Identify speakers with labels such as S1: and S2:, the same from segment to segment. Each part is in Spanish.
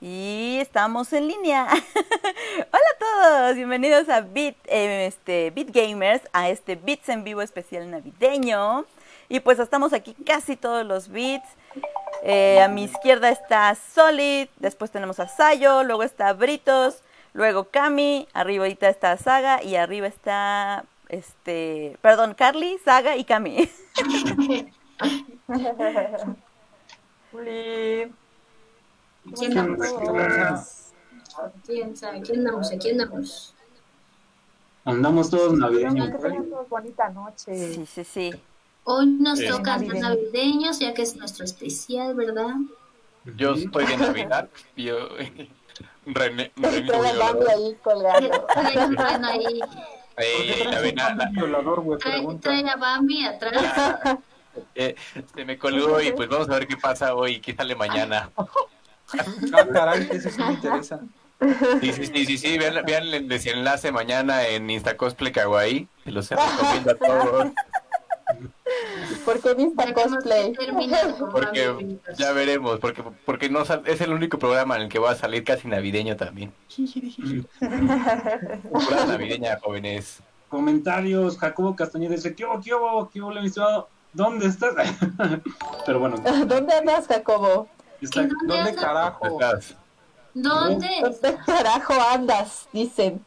S1: y estamos en línea. Hola a todos, bienvenidos a Beat, eh, este, Beat Gamers, a este Beats en vivo especial navideño. Y pues estamos aquí casi todos los beats. Eh, a mi izquierda está Solid, después tenemos a Sayo, luego está Britos, luego Cami, arriba ahorita está Saga y arriba está, este, perdón, Carly, Saga y Cami.
S2: Uli,
S3: ¿Quién andamos? ¿Quién sabe? ¿Quién andamos? ¿A quién andamos?
S4: Andamos todos navideños,
S2: que
S4: güey.
S2: tengan una bonita noche.
S1: Sí, sí, sí.
S3: Hoy nos
S5: Sí.
S3: toca ser navideños, ya que es nuestro especial, ¿verdad?
S5: Yo estoy de Navidad. Yo, René, René
S2: Todo el bando ahí colgando.
S3: Traen, traen ahí,
S5: Ey, la vena, la-
S4: violador, güey,
S3: traen,
S4: pregunta.
S3: traen a Bambi atrás.
S5: la- eh, se me colgó y pues vamos a ver qué pasa hoy, qué sale mañana.
S4: Ah, caray, eso sí me interesa.
S5: Sí, sí, sí, sí, sí, vean, vean el desenlace mañana en Instacosplay Kawaii. Se los recomiendo a todos
S2: ¿Por qué Insta
S3: Tenemos que
S2: cosplay?
S3: terminar con
S5: porque
S3: Bambi.
S5: ya veremos, porque, porque no sal- es el único programa en el que va a salir casi navideño también. Pura navideña, jóvenes.
S4: Comentarios, Jacobo Castañeda dice, ¿qué hubo, qué hubo, qué hubo, mi estimado? ¿Dónde estás? Pero bueno,
S2: ¿Dónde andas, Jacobo?
S4: está,
S3: ¿Dónde andas?
S4: carajo?
S5: ¿Estás?
S3: ¿Dónde?
S2: ¿Dónde carajo andas? Dicen.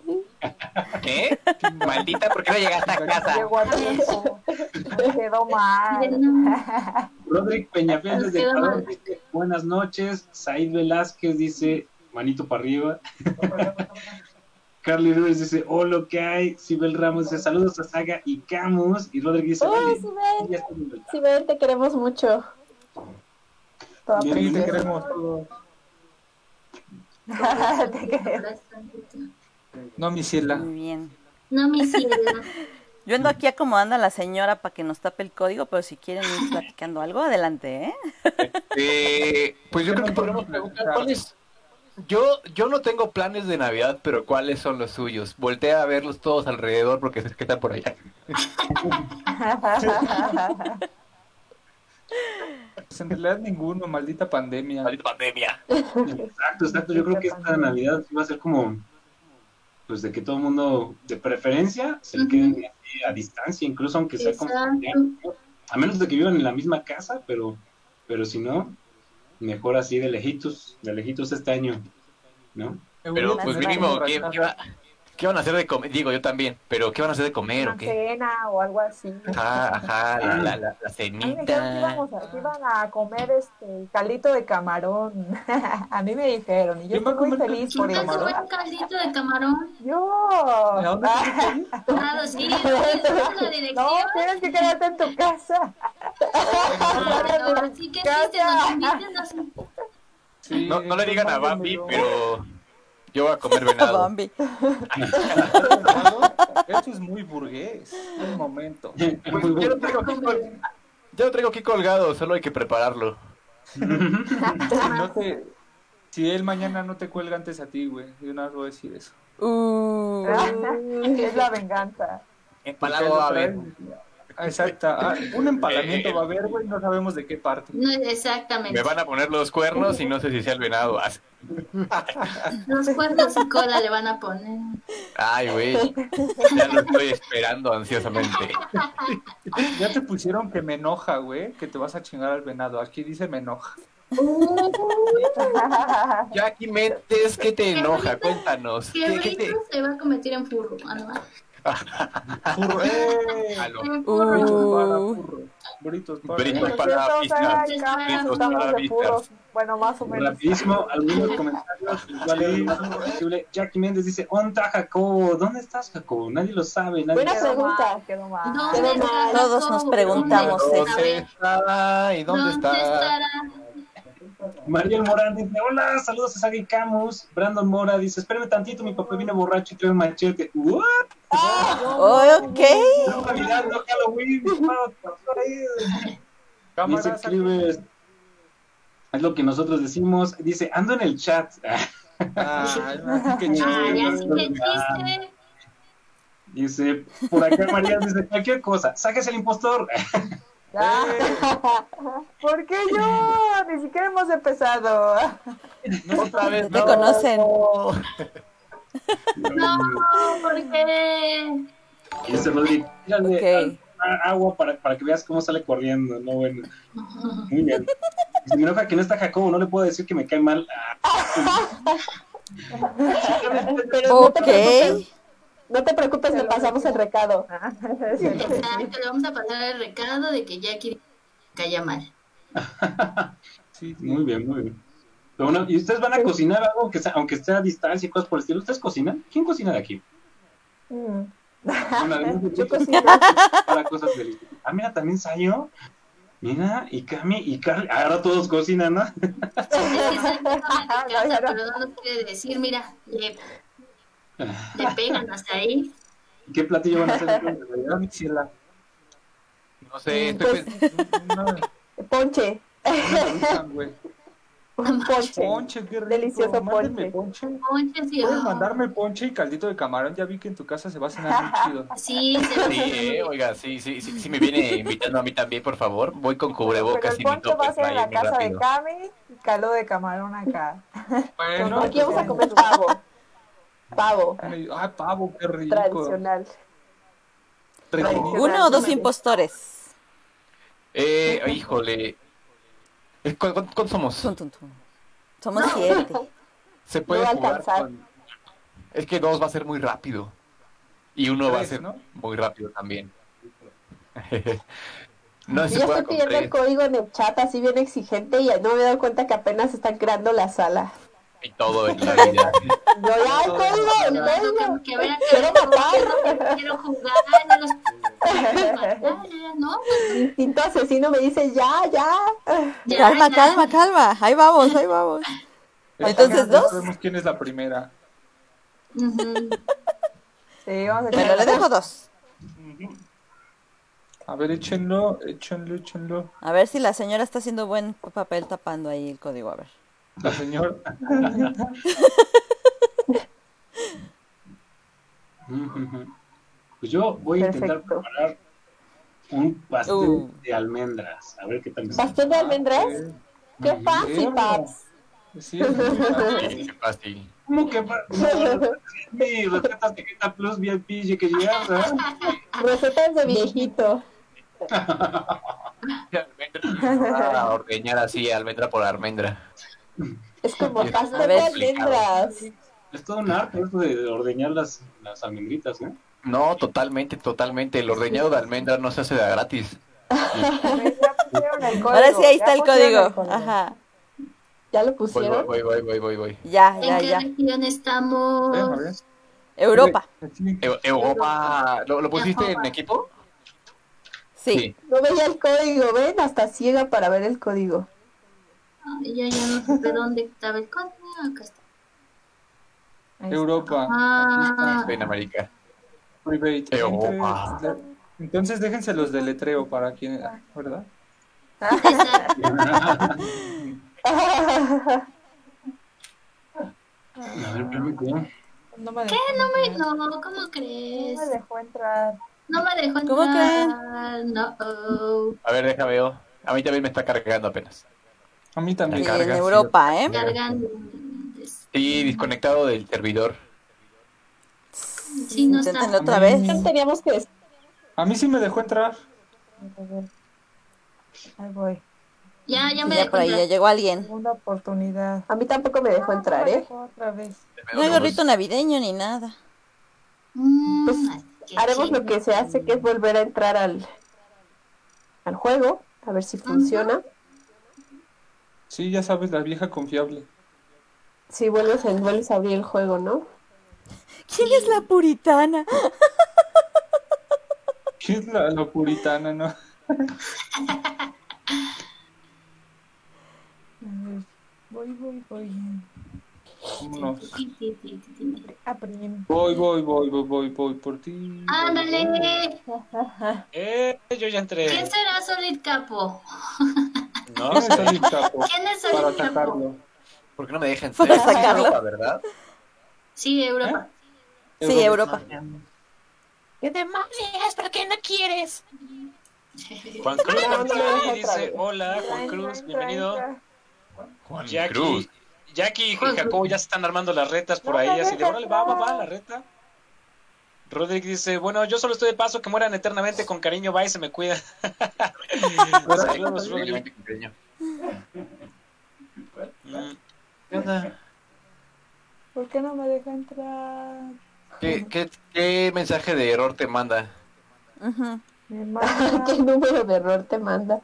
S5: ¿Qué? ¿Eh? Maldita, ¿por qué no llegaste a casa?
S2: Llegó a tiempo. Me quedó mal.
S4: Rodrick Peñafiel desde
S3: Queda
S4: Ecuador
S3: mal.
S4: dice, buenas noches. Said Velázquez dice, manito para arriba. Carly Ruiz dice, oh, lo que hay. Sibel Ramos dice, saludos a Saga y Camus. Y Rodrick
S3: Oh,
S4: dice,
S2: Uy,
S4: oye,
S2: Sibel,
S4: ya está en el-
S2: Sibel, te queremos mucho. Toda
S4: Bien,
S2: preciosa.
S4: te
S2: Te queremos.
S6: No, mi Sila.
S1: Muy bien.
S3: No me hicieron.
S1: Yo ando aquí acomodando a la señora para que nos tape el código, pero si quieren ir platicando algo, adelante, ¿eh?
S5: Eh, pues yo creo que podríamos preguntar cuáles. Yo, yo no tengo planes de Navidad, pero ¿cuáles son los suyos? Voltea a verlos todos alrededor porque sé que están por allá.
S6: Pues en realidad ninguno, maldita pandemia.
S5: Maldita pandemia.
S4: Exacto, exacto. Yo creo que esta Navidad sí va a ser como, pues de que todo el mundo, de preferencia, se
S3: Ujú.
S4: queden así a distancia, incluso aunque sea como,
S3: Exacto.
S4: a menos de que vivan en la misma casa, pero, pero si no, mejor así de lejitos, de lejitos este año, ¿no?
S1: Pero,
S5: Pero pues
S1: Las
S5: mínimo, ¿qué, qué va- qué van a hacer de comer? Digo, yo también, pero ¿qué van a hacer de comer o
S2: Una
S5: qué?
S2: cena o algo así.
S5: Ajá, ajá, la, la, la, la
S2: A mí me dijeron que,
S5: cenita.
S2: íbamos a, que iban a comer este calito de camarón. a mí me dijeron, y yo
S6: ¿Quién va
S2: estoy
S6: a
S2: muy
S6: comer
S2: feliz
S6: calito
S2: por
S6: de
S3: ¿Nunca
S2: eso. Ah,
S3: sube un caldito de camarón?
S2: Yo.
S6: ¿A dónde
S2: Ah,
S3: Claro, sí, la
S2: no,
S3: directiva.
S2: tienes que quedarte en tu casa.
S3: Claro, así Ah, que existe, nos invitan a su-
S6: Sí,
S5: No, no le digan a Bambi, pues.
S6: mándamelo.
S5: pero yo voy a comer venado.
S1: Bambi.
S6: Eso es muy burgués. Un momento.
S5: Pues,
S4: Muy bueno.
S5: yo, lo traigo aquí col- yo lo traigo aquí colgado, solo hay que prepararlo.
S6: Si, no te- si él mañana no te cuelga antes a ti, güey. Yo no voy a decir eso.
S1: Uh,
S2: es la venganza.
S5: Empalado va a Eh, haber.
S6: Exacto. Ah, un empalamiento va a haber, güey. No sabemos de qué parte.
S3: No,
S5: Me
S3: exactamente.
S5: van a poner los cuernos y no sé si sea el venado. Ah,
S3: Los cuernos y cola le van a poner.
S5: Ay, güey. Ya lo estoy esperando ansiosamente.
S6: Ya te pusieron que me enoja, güey. Que te vas a chingar al venado. Aquí dice me enoja.
S5: Jackie Méndez, ¿qué te enoja? Cuéntanos.
S3: Que
S5: ¿Qué, qué te...
S3: Brito se va a convertir en furro. Ah, no,
S6: Furro, ¡eh!
S5: A lo-
S3: en
S6: Britos
S3: furro.
S6: para furro. Britos para
S5: Britos.
S2: Lo
S5: para
S2: siento,
S5: la pizza.
S2: Sara y Carla,
S3: Eso,
S2: estamos
S5: para
S2: de
S5: la
S2: puros. Bueno, más o menos.
S4: Rapidísimo, algunos comentarios. igual es lo más posible. Jackie Méndez dice, ¿Onda Jacobo? ¿Dónde estás, Jacobo? Nadie lo sabe, nadie
S7: Buena
S4: sabe.
S2: Quedó mal,
S7: pregunta.
S2: quedó mal.
S3: ¿Dónde está
S1: Todos
S3: Jacobo?
S1: nos preguntamos
S3: ¿Dónde
S1: eso.
S3: está? A ver,
S5: estará? ¿Y dónde,
S3: ¿Dónde
S5: está?
S3: estará?
S4: Mariel Morán dice, hola, saludos a Sagi Camus. Brandon Mora dice, espérame tantito, mi papá viene borracho y trae un machete. ¿What?
S1: Uh, ok.
S4: No, Navidad, no Halloween. no, pasó ahí. eh, Dice
S6: Cámaras,
S4: Clives, es lo que nosotros decimos. Dice, ando en el chat.
S6: Ah, qué
S3: Ah,
S6: chido.
S3: ya sí que chiste.
S4: Dice, por acá María dice, cualquier cosa, sáquese el impostor.
S7: Ah.
S2: Ah, ¿Por qué yo? Ni siquiera hemos empezado.
S5: Otra vez,
S1: Te
S5: no.
S1: conocen.
S3: No, porque.
S4: Y dice Rodri, tírale
S1: Ok.
S4: a- a- agua para, para que veas cómo sale corriendo. No, bueno. Muy bien. Se me enoja que no está Jacobo, no le puedo decir que me cae mal.
S7: Pero no te
S1: Ok.
S7: preocupes, no te preocupes, le pasamos el recado.
S3: Exacto, le vamos a pasar el recado de que Jackie calla mal.
S6: Sí, sí.
S4: Muy bien, muy bien. Pero bueno, ¿Y ustedes van a cocinar algo, aunque sea, aunque sea a distancia y cosas por el estilo? ¿Ustedes cocinan? ¿Quién cocina de aquí?
S2: Mm.
S4: Bueno, además de
S2: Yo
S4: chicos,
S2: cocino.
S4: para cosas del- Ah, mira, también Sayo. Mira, y Cami y Carly. ah, Ahora todos cocinan, ¿no?
S3: Es que sale de
S1: Ah,
S3: casa,
S2: No, no, no.
S3: pero no nos quiere decir, mira, le, le pegan hasta ahí.
S4: ¿Qué platillo van a hacer?
S6: Ah, mi ciela.
S5: No sé, estoy
S7: Pues-
S5: pensando-
S6: No, no
S7: Ponche,
S6: me gustan, güey.
S7: un ponche.
S6: Ponche, qué rico.
S7: Delicioso
S6: Mándenme ponche.
S3: Ponches y
S6: Puedes mandarme ponche y caldito de camarón. Ya vi que en tu casa se va a cenar muy chido.
S3: Sí, se va
S5: Sí, eh, oiga, sí, sí, sí, sí me viene invitando a mí también, por favor. Voy con
S2: Pero
S5: cubrebocas
S2: el
S5: y mi
S2: ponche va a
S5: tope
S2: ser en
S5: para
S2: la
S5: irme
S2: casa de
S5: rápido.
S2: Cami y caldo de camarón acá.
S6: Bueno,
S7: Aquí vamos a comer pavo. Pavo,
S6: me- Ah, pavo, qué rico.
S7: tradicional.
S6: Requinido.
S1: Uno o dos impostores.
S5: Eh, híjole. Eh, ¿cu- cu- ¿Cuántos somos?
S1: Tum, tum, tum. Somos siete.
S5: Se puede
S7: No va a
S5: jugar
S7: alcanzar.
S5: con- Es que dos va a ser muy rápido. Y uno va a
S6: Tres,
S5: ser
S6: ¿no?
S5: muy rápido también. no
S7: Y
S5: se
S7: Yo
S5: puede
S7: estoy
S5: con
S7: pidiendo
S5: tres.
S7: el código en el chat así bien exigente y no me he dado cuenta que apenas están creando la sala.
S5: Y todo en la vida.
S7: Yo ya, el código, el código.
S3: a que ver a
S7: Quiero matar.
S3: no quiero jugar, no los quiero matar, ¿no?
S7: Mi instinto asesino me dice ya, ya.
S3: Ya,
S1: Calma,
S3: ya.
S1: calma, calma. Ahí vamos, ahí vamos.
S6: Esta
S1: Entonces,
S6: vez no
S1: ¿dos?
S6: Sabemos quién es la primera.
S3: Ujú.
S2: Sí, vamos a
S1: Bueno, le
S2: echar-
S1: dejo dos.
S6: A ver, échenlo, échenlo, échenlo.
S1: A ver si la señora está haciendo buen papel tapando ahí el código. A ver.
S6: La señor.
S4: Pues yo voy a intentar
S2: Perfecto.
S4: preparar un pastel
S1: Uh.
S4: de almendras. A ver qué tal me sale.
S7: ¿Pastel de almendras? ¡Qué fácil,
S6: Verlo.
S7: Paps!
S6: Ah, Sí, es muy fácil.
S5: Qué fácil.
S4: ¿Cómo que pa- Mi receta secreta plus VIP y que llegas, ¿verdad?
S7: Recetas de viejito.
S5: Almendra. A ordeñar así, almendra por almendra.
S7: Es como
S5: Sí,
S7: pastel de
S1: está
S7: almendras.
S4: Es todo un arte esto de de ordeñar las, las almendritas, ¿eh? ¿no?
S5: No, totalmente, totalmente. El ordeñado de almendra no se hace de a gratis.
S2: Ya pusieron el código,
S1: Ahora sí, ahí está
S2: ya
S1: el
S2: pusieron
S1: código. Ajá.
S7: ¿Ya lo
S5: Voy,
S7: pusieron?
S5: voy, voy, voy, voy, voy.
S1: Ya,
S3: ¿En
S1: ya,
S3: qué
S1: ya.
S3: región
S6: Eh, a
S3: estamos?
S6: ver.
S1: Europa.
S6: Sí,
S5: Eu- E, Europa, ¿lo, lo pusiste en
S3: Europa.
S5: equipo?
S1: Sí.
S7: No veía el código, ven, hasta ciega para ver el código.
S3: Ay, ya, ya no supe dónde estaba el código. Acá está.
S2: Ahí está.
S6: Europa.
S3: Ah,
S5: En América.
S6: Private.
S5: Europa.
S6: Entre- Entonces déjense los de letreo para quien, ¿verdad?
S3: exacto.
S4: A ver, permíteme.
S2: No me dejó,
S3: ¿Qué? Eh, No me. No, ¿cómo crees?
S2: no me dejó entrar.
S3: No me dejó entrar.
S1: ¿Cómo
S3: No.
S5: A ver, déjame ver. A mí también me está cargando apenas.
S6: A mí
S1: Sí,
S6: también.
S1: en Europa, ¿eh?
S3: Cargan.
S5: Sí, desconectado del servidor.
S3: Sí, no está.
S1: Inténtenlo otra vez.
S7: ¿Qué teníamos que decir?
S6: A mí sí me dejó entrar.
S2: A ver. Ahí voy.
S3: Ya, ya
S1: Sí,
S3: me
S1: ya
S3: dejó
S1: por ahí, ya
S3: entrar.
S1: llegó alguien.
S2: Segunda oportunidad.
S7: A mí tampoco me dejó entrar, ¿eh?
S2: Otra vez.
S1: No hay gorrito navideño ni nada.
S3: Mm,
S7: Pues,
S3: ay, qué
S7: Haremos
S3: chido.
S7: lo que se hace, que es volver a entrar al, al juego, a ver si funciona.
S6: Sí, ya sabes, la vieja confiable.
S7: Si vuelves, a- vuelves a abrir el juego, ¿no?
S1: ¿Quién es la puritana?
S6: ¿Qué es la, la puritana, no?
S2: A ver. Voy, voy, voy.
S6: Vámonos.
S3: Ti, ti, ti, ti, ti.
S2: Aprim.
S6: Voy, voy, voy, voy, voy, voy por ti.
S3: Ándale.
S4: Eh, yo ya entré.
S3: ¿Quién será Solid Capo?
S6: No, es el capo
S3: ¿Quién es
S6: para
S3: Solid Capo?
S6: sacarlo.
S5: ¿Por qué no me dejan
S1: Para
S5: entrar?
S1: sacarlo.
S5: Europa, ¿verdad?
S3: Sí, Europa.
S1: Sí, Europa.
S7: ¿Qué demás?
S4: ¿Eh?
S8: Juan Cruz
S7: No, no, no,
S8: Martínez
S7: otra
S8: dice,
S7: vez.
S8: hola Juan
S2: Entra,
S8: Cruz,
S2: entra,
S8: bienvenido.
S2: entra.
S5: Juan
S8: Jackie,
S5: Cruz.
S4: Jackie y Jacobo ya se están armando las retas por
S2: No
S4: ahí,
S2: me
S4: así de,
S2: dejes
S4: órale, va, va, va,
S2: entrar.
S4: la reta. Roderick dice, bueno, yo solo estoy de paso, que mueran eternamente, con cariño, va y se me cuida. Los saludos, Roderick. Mm,
S2: ¿Por qué no me deja entrar?
S5: ¿Qué, qué, qué mensaje de error te manda?
S1: Ujú.
S2: Me mata.
S7: ¿Qué número de error te manda?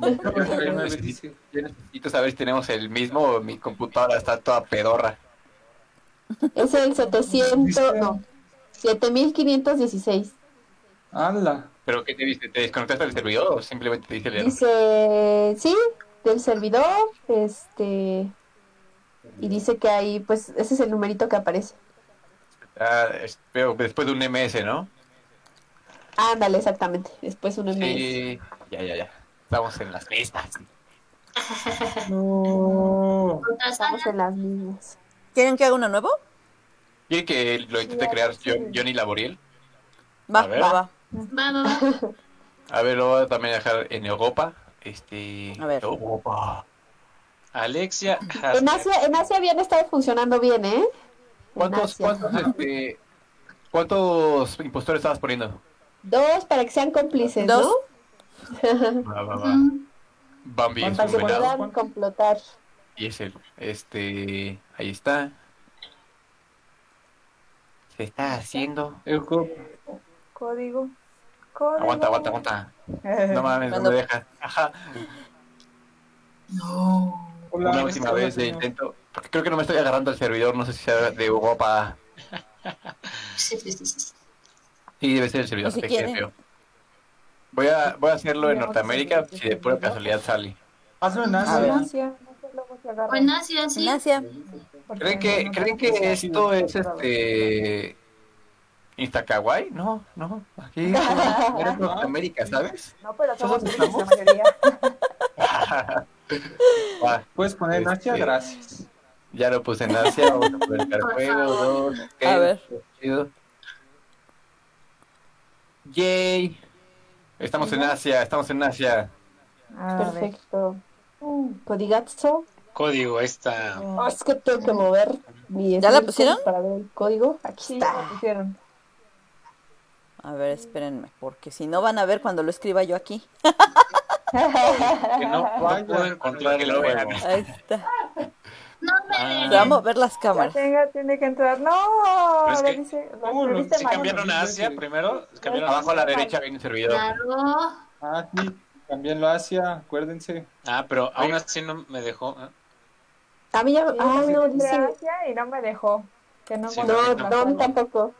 S6: Pero me dice,
S5: Yo necesito saber si tenemos el mismo o mi computadora está toda pedorra.
S7: Es el 700, no, 7516.
S6: ¡Hala!
S5: ¿Pero qué te dice? ¿Te desconectaste del servidor o simplemente te dice el error?
S7: Dice, sí, del servidor, este, y dice que ahí, pues, ese es el numerito que aparece.
S5: Ah, es- pero después de un MS, ¿no?
S7: Ándale, exactamente, después un email.
S5: Sí. Ya, ya, ya. Estamos en las listas.
S6: No.
S3: Contrasala.
S7: Estamos en las mismas.
S1: ¿Quieren que haga uno nuevo?
S5: ¿Quiere que lo intente
S2: Sí,
S5: crear
S2: sí.
S5: John- Johnny Laboriel?
S1: Va,
S4: A ver.
S1: va, va.
S3: Va, va, va.
S5: A ver, lo voy a también dejar en Europa. Este.
S1: A ver.
S5: Europa.
S4: Alexia,
S7: En
S4: Hasler.
S7: Asia, en Asia habían estado funcionando bien, ¿eh? En
S5: ¿Cuántos,
S7: Asia.
S5: cuántos, este, cuántos impostores estabas poniendo?
S7: Dos, para que sean cómplices,
S1: Dos.
S5: Va, va, va.
S3: Mm.
S5: Bambi
S7: ¿no?
S5: es
S7: Para
S5: un
S7: que
S5: venado.
S7: puedan complotar.
S5: Y es él. Este. Ahí está. Se está haciendo.
S6: El cop.
S2: Código. Código.
S5: Aguanta, aguanta, aguanta. No mames, no
S1: Cuando-
S5: me deja. Ajá.
S3: No.
S6: Hola,
S5: Una última
S6: hola,
S5: vez de
S6: señor.
S5: intento. Porque creo que no me estoy agarrando al servidor. No sé si sea de Europa.
S3: Sí, sí, sí, sí.
S5: Sí, debe ser el servidor.
S1: Y si
S5: te quedé
S1: quieren.
S5: feo. Voy a, voy a hacerlo en
S2: Mira,
S5: Norteamérica
S2: otro servidor
S5: si de pura
S2: que tengo.
S5: casualidad sale.
S6: Hazlo en
S2: Ah,
S6: Asia.
S2: Asia, no sé luego si agarra,
S3: O en Asia, sí.
S1: Ignacia.
S2: porque
S5: ¿Creen que,
S2: no
S5: ¿creen
S2: tengo
S5: que esto es
S2: otra vez.
S5: este. Instacaguay? No, no. Aquí es Norteamérica, ¿sabes?
S2: No, pero somos
S5: ¿Nosotros
S2: gringos la mayoría.
S5: Va.
S6: Puedes poner en Asia,
S5: Este-
S6: gracias.
S5: Ya lo puse en Asia, vamos a publicar
S3: Por
S5: juego,
S3: favor.
S5: dos,
S1: A ver.
S5: chido. Yay. Estamos en Asia, estamos en Asia.
S2: A ver.
S7: Perfecto. Codigatso.
S4: Código, ahí está.
S7: Oh, es que tengo que mover mi
S1: ¿Ya la
S7: smartphone
S1: pusieron?
S7: Para ver el código. Aquí
S2: Sí,
S7: está.
S2: lo pusieron.
S1: A ver, espérenme, porque si no van a ver cuando lo escriba yo aquí.
S4: Que no, no
S6: Vaya.
S4: puedo encontrar
S5: Que
S4: el
S5: lo
S4: juego.
S5: vean.
S1: Ahí está.
S3: No me
S4: Ah.
S1: Se
S3: dejes.
S1: va a mover las
S2: Ya
S1: cámaras.
S2: tenga, tiene que entrar. No,
S4: Pero es
S2: ahora
S4: que-
S2: dice. lo
S6: ¿cómo lo-
S2: escribiste
S4: ¿Se
S2: mal.
S4: cambiaron a Asia primero? ¿Cambiaron a
S5: Abajo a
S4: Asia?
S5: la derecha viene el servidor.
S3: Claro.
S6: Ah, sí. También lo Asia, acuérdense.
S4: Ah, pero aún así no me dejó. ¿eh?
S7: A mí ya.
S2: Sí,
S7: Ah, no,
S2: entré a
S7: dice.
S2: Asia y no me dejó. Que no
S4: Sí,
S2: me
S7: No,
S2: dejó
S7: no,
S2: pasar.
S7: a mí tampoco.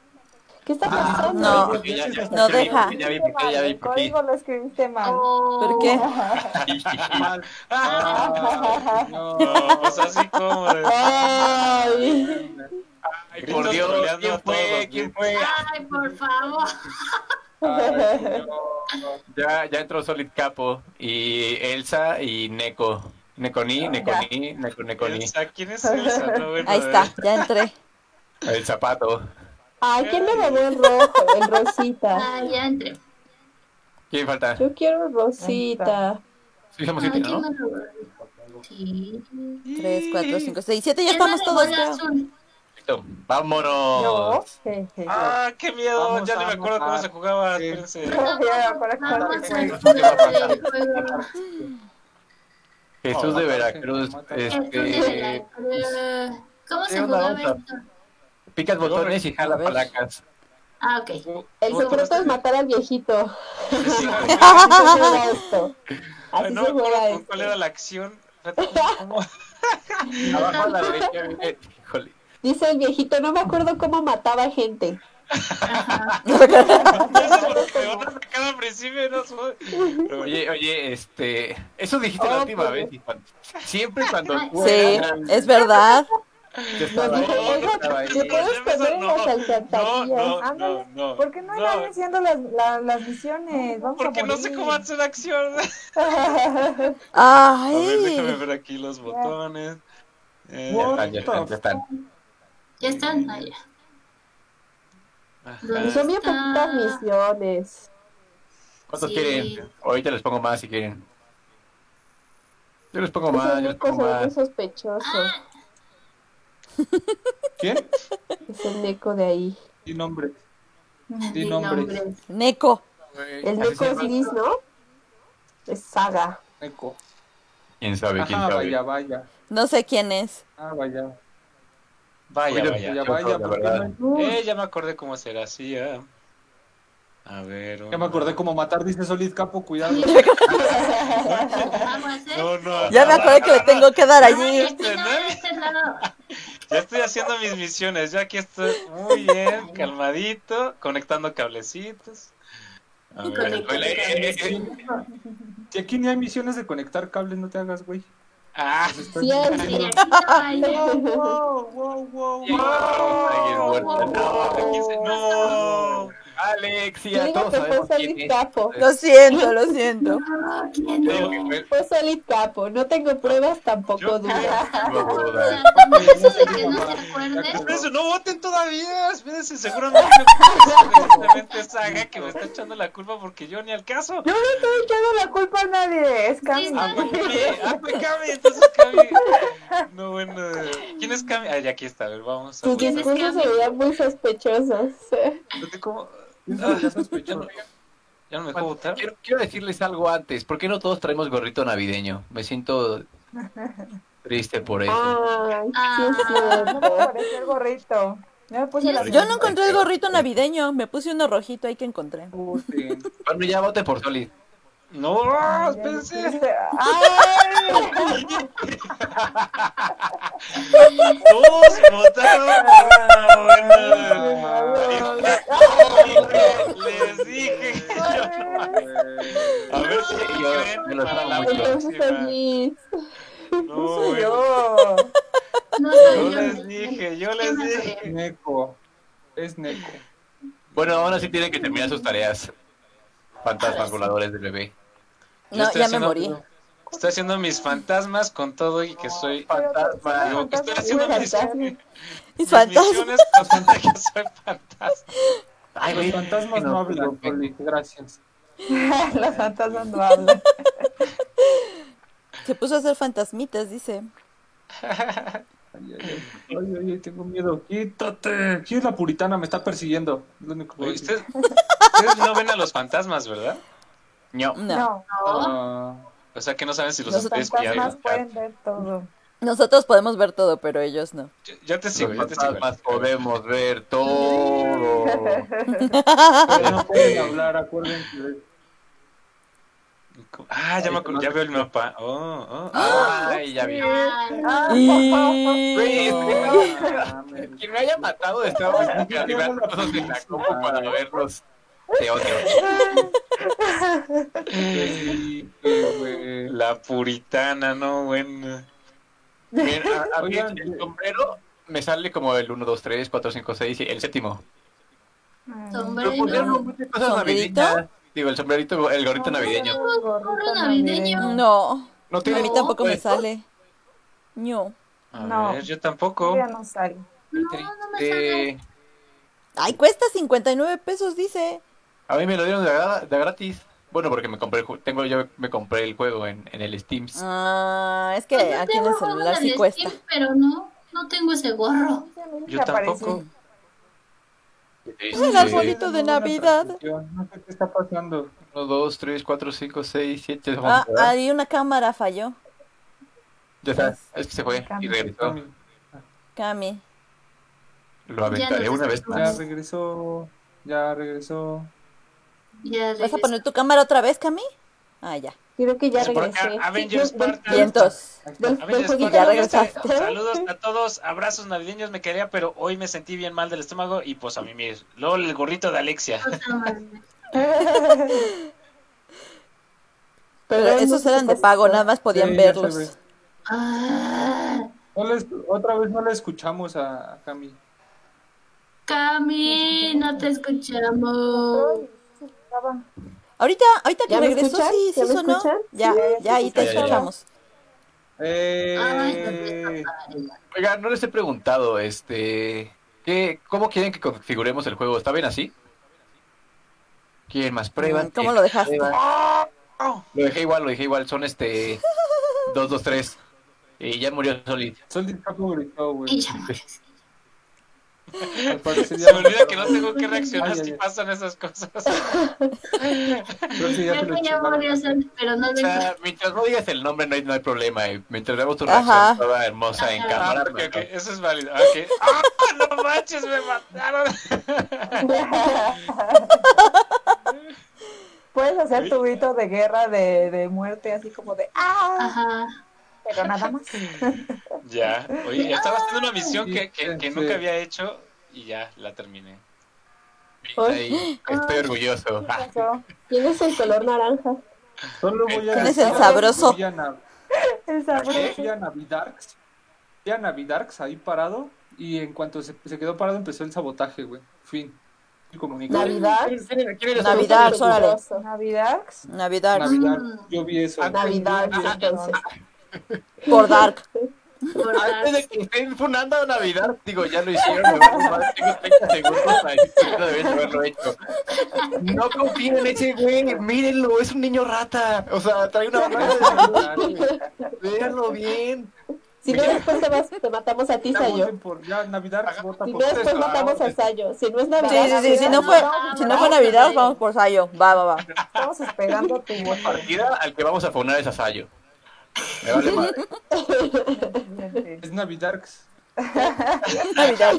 S7: ¿Qué
S5: Ah,
S7: está pasando?
S1: No,
S5: Porque ya- ya-
S1: no
S5: ya vi,
S1: deja.
S5: porque Ya vi,
S2: Escribiste
S5: porque ya
S2: mal,
S5: vi,
S2: El
S5: porque-
S2: código lo escribiste mal.
S3: Oh.
S1: ¿Por qué?
S6: Mal.
S4: Ah,
S6: Ah, no.
S4: no, pues así como. de-
S7: Ay.
S5: Ay,
S4: Gritos
S5: por Dios, ¿quién
S4: troleando a todos
S5: fue?
S4: los
S5: ¿Quién fue?
S3: Ay, por favor.
S6: Ay, señor.
S5: Ya, ya entró Solid Capo y Elsa y Neko. Neconi, Neconi, Neko, Neconi.
S4: Elsa, ¿quién es Elsa? No, bueno,
S1: Ahí está,
S4: eh.
S1: ya entré.
S5: El zapato.
S7: Ay, ¿quién me robó el rojo? El rosita.
S3: Ah, ya entré.
S5: ¿Quién falta?
S7: Yo quiero rosita.
S5: Sí, somos
S3: Ay,
S5: siete,
S3: ¿quién
S5: ¿no?
S3: me lo- Sí.
S1: 3, 4, 5, 6, 7, ya
S3: ¿Quién me
S1: estamos
S3: dejó
S1: todos.
S3: el
S1: creo.
S3: azul?
S5: Listo. Vámonos.
S2: Yo. Sí, sí, yo.
S4: Ah, qué miedo,
S6: Vamos
S4: ya ni me
S6: a
S4: acuerdo cómo
S6: anotar.
S4: se jugaba.
S6: Sí.
S4: Espérense.
S2: Ya, para
S3: Vamos
S2: cuando-
S3: al
S5: pasar.
S3: del juego.
S5: Jesús de
S6: Oh,
S5: Veracruz,
S6: mataste.
S3: Esto de
S5: este,
S3: Veracruz. ¿Cómo se
S5: ¿Qué onda,
S3: jugaba
S5: Gonza?
S3: esto?
S5: picas botones y jala
S1: A ver.
S5: palacas.
S3: Ah, ok.
S7: El secreto es matar al viejito. Así se juega esto.
S4: Ay,
S7: Así
S4: no
S7: se
S4: me
S7: juega
S4: acuerdo con cuál era
S7: esto.
S4: la acción. ¿Cómo?
S5: Abajo a la derecha viene- híjole.
S7: Dice el viejito, no me acuerdo cómo mataba gente.
S4: Ya sé por qué me van a sacar al principio, no sé. Pero bueno,
S5: Oye, oye, este, eso dijiste
S7: Oh,
S5: la última
S7: pues.
S5: vez. y cuando- siempre cuando tú
S1: Sí,
S5: eras-
S1: es verdad.
S5: yo
S7: Nos
S5: estaba
S7: dijo,
S5: ahí, yo
S7: oiga,
S5: estaba ahí.
S7: ¿me puedes
S4: Ya me
S7: poner en
S4: sonó.
S7: las
S4: Pues No,
S7: alcantarillas?
S4: no, no, no.
S2: ¿Por qué no hay nadie haciendo las, la- las misiones? Vamos a
S4: Porque no sé
S2: morir.
S4: cómo hacer acción. A ver, déjame
S1: Ay,
S4: ver aquí los botones. Eh,
S5: Ya están, ya están, ya están.
S3: Ya están allá.
S4: ajá.
S3: ¿Dónde
S7: Son bien
S3: está?
S7: poquitas misiones.
S5: ¿Cuántos
S3: Sí.
S5: quieren? Ahorita les pongo más si quieren. Yo les pongo
S7: Esos
S5: más, yo les
S7: Nico
S5: pongo
S7: se ve muy
S5: más.
S7: sospechoso.
S3: Ah.
S6: ¿Quién?
S7: Es el Neco de ahí.
S6: Di nombre. Di
S3: Di
S6: nombre.
S3: nombre.
S1: Neco.
S7: El
S5: Así
S7: Neco
S5: se
S7: es
S5: llama.
S7: Liz, ¿no? Es Saga.
S6: Eco.
S5: ¿Quién sabe? ¿Quién
S6: Ajá,
S5: sabe?
S6: vaya, vaya.
S1: No sé quién es.
S6: Ah, vaya.
S4: Vaya,
S5: Oye,
S4: vaya.
S6: Vaya,
S5: yo
S6: vaya,
S5: creo, la
S6: ¿por qué
S5: verdad.
S6: no hay-
S4: Eh, ya me acordé cómo se la hacía. A ver.
S6: Ya me acordé cómo matar, dice Solid Capo, cuidado.
S3: Vamos a hacer.
S4: No, no.
S1: Ya me acordé que le tengo que dar allí.
S3: Este no, este no.
S4: Ya estoy haciendo mis misiones. Ya aquí estoy muy bien, calmadito, conectando cablecitos. A ver.
S3: Conectando
S5: eh,
S3: cables.
S6: Si aquí ni hay misiones de conectar cables, no te hagas, güey. Pues
S4: Ah,
S7: Sí, es.
S3: Y aquí no hay.
S6: Wow, wow, wow.
S5: Alguien muerto.
S4: aquí se- no.
S5: Alexia,
S7: Digo
S5: todos
S7: que fue
S5: sabemos
S7: Solid
S5: quién es.
S7: Capo.
S1: Lo siento, lo siento.
S3: No, ¿quién
S5: Digo que fue-
S7: Fue Solid Capo. No tengo pruebas, tampoco
S4: Yo-
S7: dudas.
S5: no, no, no, no.
S3: Eso de que no se acuerde.
S4: Espérense, no voten todavía. Espérense, seguramente seguramente es Saga que me está echando la culpa porque yo ni al caso.
S2: Yo no estoy echando la culpa a nadie, es Cami.
S3: Sí,
S4: Ah, Cami, ah, fue Cami, entonces Cami. No, bueno. ¿Quién es Cami? Ah, ya aquí está, a ver, vamos a
S7: Sus
S3: ¿Quién es
S7: discursos se
S3: Cami?
S7: veían muy sospechosos.
S4: ¿Cómo?
S6: Eso Ah, ya sospechoso.
S4: ¿Ya no me dejó
S5: Bueno,
S4: votar?
S5: quiero, quiero decirles algo antes. ¿Por qué no todos traemos gorrito navideño? Me siento triste por eso.
S7: Ay, sí es
S3: Ah,
S2: No me
S7: cierto.
S2: pareció el gorrito. No me puse la
S1: Yo no encontré el gorrito navideño. Me puse uno rojito ahí que encontré.
S6: Putin.
S5: Bueno, ya vote por Solid.
S4: No,
S2: Ya me
S4: espérense.
S2: puse- ¡Ay!
S4: Todos votaron. por la buena. Les dije. que yo- A ver si creen
S5: me lo
S4: para la
S5: trago mucho.
S7: Entonces es
S4: próxima.
S7: Liz.
S4: No,
S2: Soy
S4: bueno.
S2: yo.
S3: No soy
S4: Yo
S3: yo.
S4: les dije, yo les dije.
S6: Neco. Es Neco.
S5: Bueno, ahora sí tienen que terminar sus tareas. Fantasmas voladores del bebé.
S4: Yo
S1: No,
S4: estoy
S1: ya me
S4: haciendo-
S1: morí.
S4: Estoy haciendo mis fantasmas con todo y que soy.
S5: Fantasma.
S4: Digo que estoy haciendo mis,
S7: Fantasma.
S1: Mis
S4: mis
S1: fantasmas.
S4: misiones con todo y que soy fantasma.
S5: Ay,
S6: Los
S5: güey.
S6: fantasmas
S5: no,
S6: no hablan,
S5: perfecto.
S6: Solid. Gracias.
S2: Las fantasmas no hablan.
S1: Se puso a hacer fantasmitas, dice.
S6: Ay, ay, ay. Ay, ay, ay, tengo miedo. Quítate. ¿Quién es la puritana? Me está persiguiendo. Es lo único que voy a
S4: Oye,
S6: decir.
S4: Ustedes, ustedes no ven a los fantasmas, ¿verdad?
S5: No.
S1: No.
S2: No,
S6: Ah,
S4: O sea que no saben si los,
S2: los
S4: estoy
S2: fantasmas
S4: espiando.
S2: pueden ver todo.
S1: Nosotros podemos ver todo, pero ellos no.
S4: Ya, ya te sigo,
S5: Los
S4: ya te sigo.
S5: fantasmas podemos ver todo.
S6: Ah, pero no pueden hablar, acuérdense.
S4: Ah, ya, me acuerdo, ya veo el mapa. Oh, oh.
S5: Ay, ya vi.
S3: Ah,
S5: Güey,
S1: Y...
S6: Ah,
S5: Quien me haya matado estaba arriba cosas en la compu para verlos. Te odio.
S6: sí, güey.
S4: La puritana, no, bueno.
S5: Bien, a, a mí
S6: Oigan,
S5: el sombrero me sale como el 1, 2, 3, 4, 5, 6 y el séptimo. Pero pusieron
S3: Sombrero.
S5: muchas cosas
S1: ¿Sombrerito?
S5: navideñas. Digo, el sombrerito, el gorrito navideño.
S3: Gorro navideño.
S1: No.
S5: No
S1: A
S5: tiene
S1: mí tampoco me
S5: pues,
S1: sale. No.
S4: A
S2: No.
S4: ver, yo tampoco.
S2: Ya no sale.
S3: No, no me sale.
S5: eh,
S1: Ay, cuesta 59 pesos, dice.
S5: a mí me lo dieron de, gra- de gratis. Bueno, porque me compré el ju- tengo yo me compré el juego en, en el Steam.
S1: Ah, es que
S3: Pues yo
S1: aquí en
S3: tengo
S1: el
S3: juegos
S1: celular sí
S3: del
S1: cuesta.
S3: Steam, pero no, no tengo ese gorro.
S4: Yo tampoco.
S5: Este,
S1: Pues el arbolito. de
S6: Tengo una
S1: Navidad.
S6: transmisión, No sé qué está pasando.
S5: 1, 2, 3, 4, 5, 6, 7.
S1: Ah, ahí una cámara falló.
S5: Ya está,
S1: pues,
S5: es que se fue y regresó.
S1: Cami.
S5: Lo aventaré
S3: Ya no
S5: una
S3: sé.
S5: vez
S6: Ya
S5: más.
S6: regresó. Ya regresó.
S3: Ya
S1: ¿Vas a
S3: regresé.
S1: poner tu cámara otra vez, Cami? Ah, ya.
S7: Creo que ya
S4: Se pone acá,
S7: regresé.
S4: Avengers
S7: Sí, del-
S4: Spartan.
S7: del-
S1: Vientos.
S7: del-
S4: A
S7: del
S4: veces
S7: jueguito
S1: ya
S4: cuando
S7: de
S4: yo
S1: regresaste.
S4: estoy- Saludos a todos, abrazos navideños, me quería, pero hoy me sentí bien mal del estómago y pues a mimir. Luego el gorrito de Alexia.
S3: Otra madre.
S1: Pero
S7: Perdón,
S1: esos
S7: no
S1: eran de
S7: sé
S1: pago,
S7: qué
S1: nada más podían
S6: Sí, ya se
S1: verlos.
S6: ve.
S3: Ah,
S6: No les- otra vez no la escuchamos a, a Cami.
S3: Cami, no te escuchamos.
S1: Ahorita, ahorita que
S7: ¿Ya me
S1: regresó,
S7: escuchan?
S1: sí, sí
S7: ¿Ya me
S1: sonó.
S7: escuchan?
S1: Ya, ya ahí te
S5: Ya, ya, ya.
S1: escuchamos.
S6: Eh,
S3: Ay, no te escuchamos.
S5: Oiga, no les he preguntado, este, ¿qué, ¿cómo quieren que configuremos el juego? ¿Está bien así? ¿Quieren más pruebas?
S1: ¿Cómo Mm, lo dejaste?
S8: ¡Ah!
S5: Lo dejé igual, lo dejé igual. Son este Dos, dos, tres. Y ya murió Solid.
S6: Solid Capo gritó,
S3: Y
S6: güey.
S3: ya mueres.
S6: Al parecer ya
S8: Se me olvida que no tengo que reaccionar
S6: Ay, ay,
S8: si
S6: ay.
S8: pasan esas cosas.
S6: Creo que ya
S3: Ya
S6: se lo
S3: me llamó
S6: chingaron.
S3: Ariasan, pero no
S5: O
S3: le
S5: sea, mientras no digas el nombre no hay, no hay problema. eh. Mientras veamos tu reacción
S1: Ajá.
S5: toda hermosa en
S3: Ajá.
S5: cámara.
S8: Ah, ok, ok, eso es válido. ok. ¡Ah, no manches, me mataron!
S2: Puedes hacer tu grito de guerra, de, de muerte, así como de ¡ah!
S3: Ajá.
S2: Pero nada más.
S8: Ya, oye, ya estaba haciendo una misión que, que, que
S6: Sí.
S8: nunca había hecho y ya la terminé.
S5: Ahí, Estoy orgulloso. Ah,
S7: Tienes el color naranja.
S6: Solo voy a
S1: ¿Quién es
S6: decir
S1: el
S6: que
S1: sabroso?
S6: vi a Nav-
S2: El sabroso.
S6: Vi a Navidarks. Vi a Navidarks ahí parado. Y en cuanto se, se quedó parado, empezó el sabotaje, güey. Fin. Y comunicado.
S7: Navidad.
S1: Navidad, órale.
S2: Navidad.
S1: Navidad.
S6: Navidad. Yo vi eso.
S7: Navidad, entonces.
S1: Por Dark.
S3: Por
S5: Antes
S3: dar-
S5: de que estén fundando a Navidad, digo, ya lo hicieron. me vale madre, Tengo 30 segundos para decir que no debes haberlo hecho. No confíen en ese güey. Mírenlo, es un niño rata. O sea, trae una mano. Véanlo bien.
S7: Si no, después te, vas- te matamos a ti,
S6: Ya
S7: Sayo.
S6: voten por- Ya Navidad vota
S7: Si no,
S6: por.
S7: después matamos a Sayo. Si no es Navidad.
S1: Sí, sí, sí, si no fue, si no fue Navidad, vamos por Sayo. Va, va, va.
S2: Estamos esperando tu voto.
S5: Partida al que vamos a funar es a Sayo. Me vale madre.
S6: Es Navidarks.
S1: Navidad.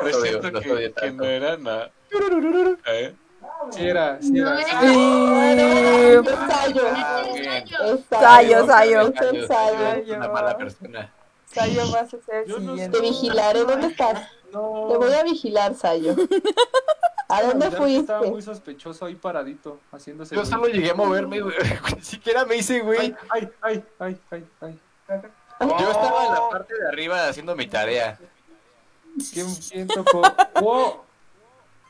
S8: Presiento
S5: los
S8: que,
S5: odio
S8: que
S5: tanto.
S8: no era nada. ¿Eh?
S6: Sí era, sí era.
S3: No
S6: sí.
S3: era.
S1: Y-
S7: Es Sayo.
S5: Ah, bien.
S7: Es
S1: Sayo,
S7: Sayo.
S1: Sayo.
S7: Sayo.
S5: Es una mala persona.
S2: Sayo vas a ser el
S6: Yo no
S2: siguiente.
S7: Te vigilaré. ¿Dónde estás?
S6: No.
S7: Te voy a vigilar, Sayo. ¿A dónde
S6: Navidad Estaba
S7: fuiste?
S6: muy sospechoso ahí paradito, haciéndose.
S5: Yo
S6: güey.
S5: solo llegué a moverme, güey. Ni siquiera me hice, güey.
S6: Ay, ay, ay, ay, ay, ay.
S5: Yo estaba en la parte de arriba haciendo mi tarea.
S6: ¿Quién, quién tocó? ¡Oh! ¡Wow!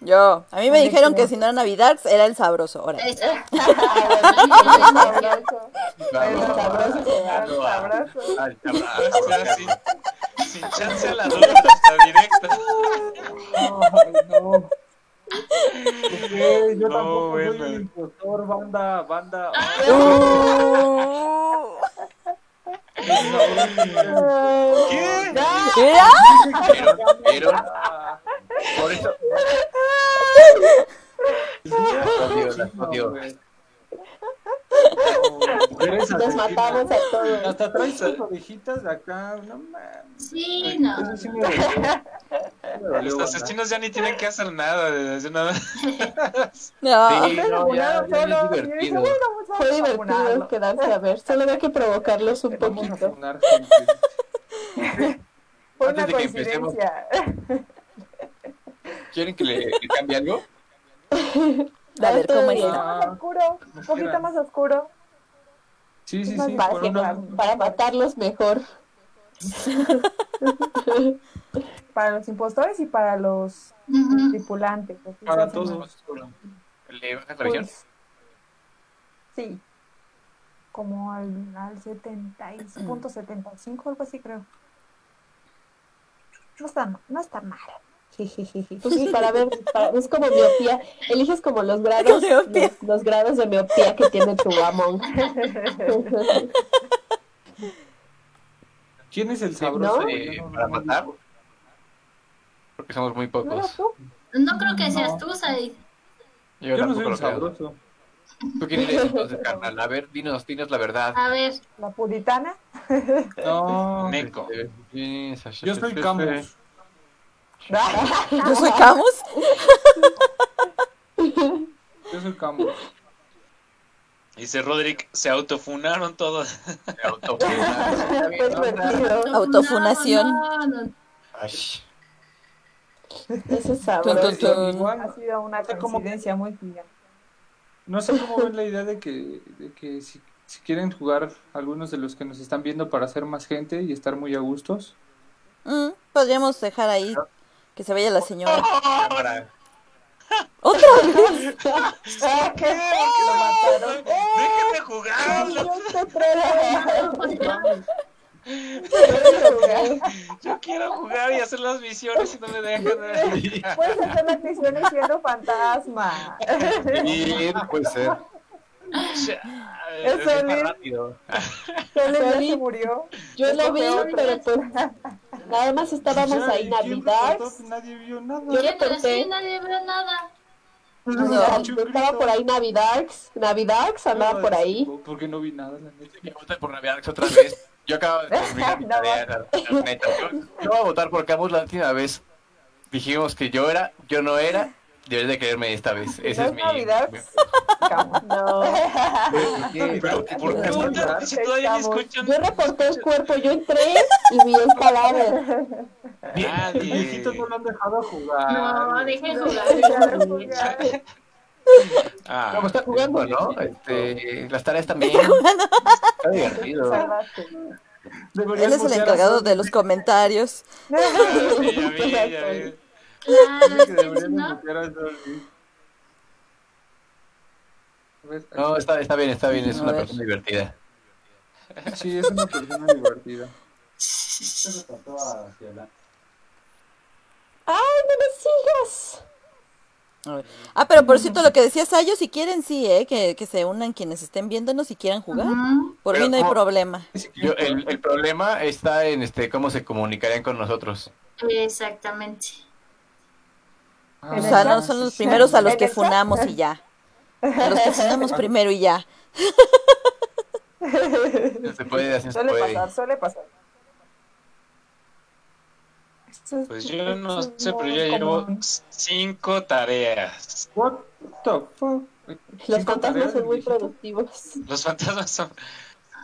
S1: Yo. A mí me dijeron que si no era Navidad, era el sabroso. Ahora.
S3: Esa.
S5: Vamos,
S2: Sabroso,
S5: vamos, vamos.
S2: sabroso.
S5: Ay,
S8: O
S5: cabrón.
S8: sea, sin, sin chance a la duda, hasta directa.
S6: Ay, no. Ok, yo
S8: No,
S6: tampoco
S8: bueno.
S6: soy un impostor, banda, banda.
S1: Uh.
S8: ¿Qué?
S1: Mira.
S5: ¿Vieron? ¿Vieron?
S6: Ah,
S5: Por eso. Odio, las odio.
S6: güey. No, eres
S7: Nos
S6: asesino.
S7: matamos a todos.
S6: Hasta traes tus orejitas de acá. No mames.
S3: Sí, no.
S6: Eso sí me dolió. Me dolió,
S8: Los
S6: banda.
S8: asesinos ya ni tienen que hacer nada. De, de nada.
S1: No.
S5: Sí, no, ya, ya es
S2: Solo, y dije,
S5: divertido.
S2: bueno, pues vamos
S7: Fue
S2: a
S7: divertido
S2: vacunarlo.
S7: quedarse a ver. Solo había que provocarlos un
S6: Vamos a
S7: poquito.
S6: funar gente.
S2: Fue
S5: Antes
S2: una
S5: de que empecemos.
S2: coincidencia.
S5: ¿Quieren que le que cambie algo?
S1: A ver, ¿cómo es?
S7: Ah,
S2: Más oscuro, un poquito más oscuro.
S6: Sí, sí,
S7: más
S6: sí. por
S7: fácil,
S6: una-
S7: para, para matarlos mejor.
S2: Para los impostores y para los
S3: Ujú.
S2: tripulantes. Así
S6: Para
S2: se
S6: todos.
S2: hacen
S5: ¿Le bajas la
S2: los
S5: visión?
S2: quiz. Pues, Sí. Como al, al 70.75, algo así creo. No está, ma- no está mal. Jejeje.
S7: Pues sí, para ver, para- es como miopía. Eliges como los grados,
S1: Miopía.
S7: los, los grados de miopía que tiene tu Among.
S6: ¿Quién es el sabroso?
S7: ¿No?
S5: Eh, ¿Para matar? Porque somos muy
S2: ¿No eras
S5: pocos.
S2: tú?
S3: No creo que seas tú, Said.
S5: Yo,
S6: Yo no
S5: tampoco
S6: soy el
S5: lo creo.
S6: sabroso.
S5: ¿Tú quién eres entonces, carnal? A ver, dinos, dinos la verdad.
S2: Ah.
S3: A ver,
S2: ¿La puritana?
S6: No,
S8: Neko.
S6: yo
S5: pues,
S6: soy Camus.
S1: ¿Yo soy Camus?
S6: Yo soy Camus.
S8: Dice Roderick, se autofunaron todos.
S5: Me autofuna.
S7: Fue divertido.
S1: Autofunación.
S3: No, no, no.
S5: Ay,
S7: Eso es
S1: Tun,
S7: sabroso.
S1: tun, tun.
S6: Igual,
S2: Ha sido una
S6: Está como-
S2: coincidencia muy gigante.
S6: no sé cómo ven la idea de que, de que si, si quieren jugar algunos de los que nos están viendo para ser más gente y estar muy a gustos.
S1: Mm, podríamos dejar ahí que se vaya la señora.
S5: cámara.
S1: ¡Otra!
S5: Ah,
S2: Ah,
S8: ¡Déjenme jugarlo! Yo quiero jugar y hacer las misiones y no me dejan.
S2: Puedes hacer las misiones siendo fantasma.
S5: Sí, puede ser.
S8: Chale.
S2: Es
S8: es más
S2: Solid.
S8: rápido.
S2: Solo ya
S7: Solid.
S2: se murió.
S7: Yo lo vi,
S3: peor,
S7: pero pues nada más estábamos
S6: Ya,
S7: ahí
S6: ¿y quién
S7: Navidad.
S6: reportó? Nadie vio nada.
S7: Yo
S3: ¿Qué
S7: lo
S3: tal?
S7: corté.
S3: Sí, nadie vio nada.
S7: No,
S6: Yo
S7: estaba
S6: grito.
S7: por ahí Navidarks, Navidarks andaba por ahí.
S6: Porque no vi nada, la neta.
S5: Que voten por Navidad otra vez. Yo acabo de terminar mi
S2: No.
S5: tarea, la- la neta. Yo, yo voy a votar por Camus la última vez. Dijimos que yo era, yo no era. Deberías de creerme esta vez. Ese
S2: ¿No
S5: es
S2: es
S5: mi.
S2: Navidad?
S5: mi-
S2: Camus.
S7: No,
S5: Pero, ¿por qué
S8: ¿Qué
S5: votan?
S8: onda? Si todavía ni escuchan.
S7: yo reporté el cuerpo, yo entré y vi el cadáver.
S6: Los
S5: Eh,
S8: Nadie.
S6: viejitos no lo han dejado jugar.
S3: No, dejen jugar.
S8: Ah,
S6: pues
S5: Como está jugando, ¿no? Este, las tareas también. Está divertido.
S2: Salvaste.
S6: Deberías
S1: Él es el
S6: bucear a
S1: encargado
S6: Sonic.
S1: de los comentarios.
S8: sí, ya vi, ya vi.
S3: Claro,
S6: Que
S3: ustedes
S6: deberías
S3: no.
S6: bucear a Sonic. A ver, aquí.
S5: No, está, está bien, está bien. Es
S1: A
S5: una
S1: ver.
S5: persona divertida.
S6: Sí, es una persona divertida.
S7: ¡Ay, no me sigas!
S1: Ah, pero por cierto, lo que decía Sayo, si quieren, sí, ¿eh? Que, que se unan quienes estén viéndonos y quieran jugar.
S3: Ujú.
S1: Por mí
S5: Pero
S1: no hay
S5: ¿cómo?
S1: problema.
S5: Yo, el, el problema está en este cómo se comunicarían con nosotros.
S3: Exactamente.
S1: O sea, no son los primeros a los
S2: ¿En
S1: que
S2: el chat?
S1: funamos y ya. A los que funamos primero y ya.
S2: Se puede,
S5: Se puede, así se
S2: Suele
S5: puede.
S2: pasar, suele pasar.
S8: Pues yo no sé, pero yo llevo cinco tareas.
S6: What the fuck?
S7: Los
S6: Cinco
S7: fantasmas
S6: tareas
S7: son
S6: de
S7: muy
S6: viejito.
S7: productivos.
S8: Los fantasmas son.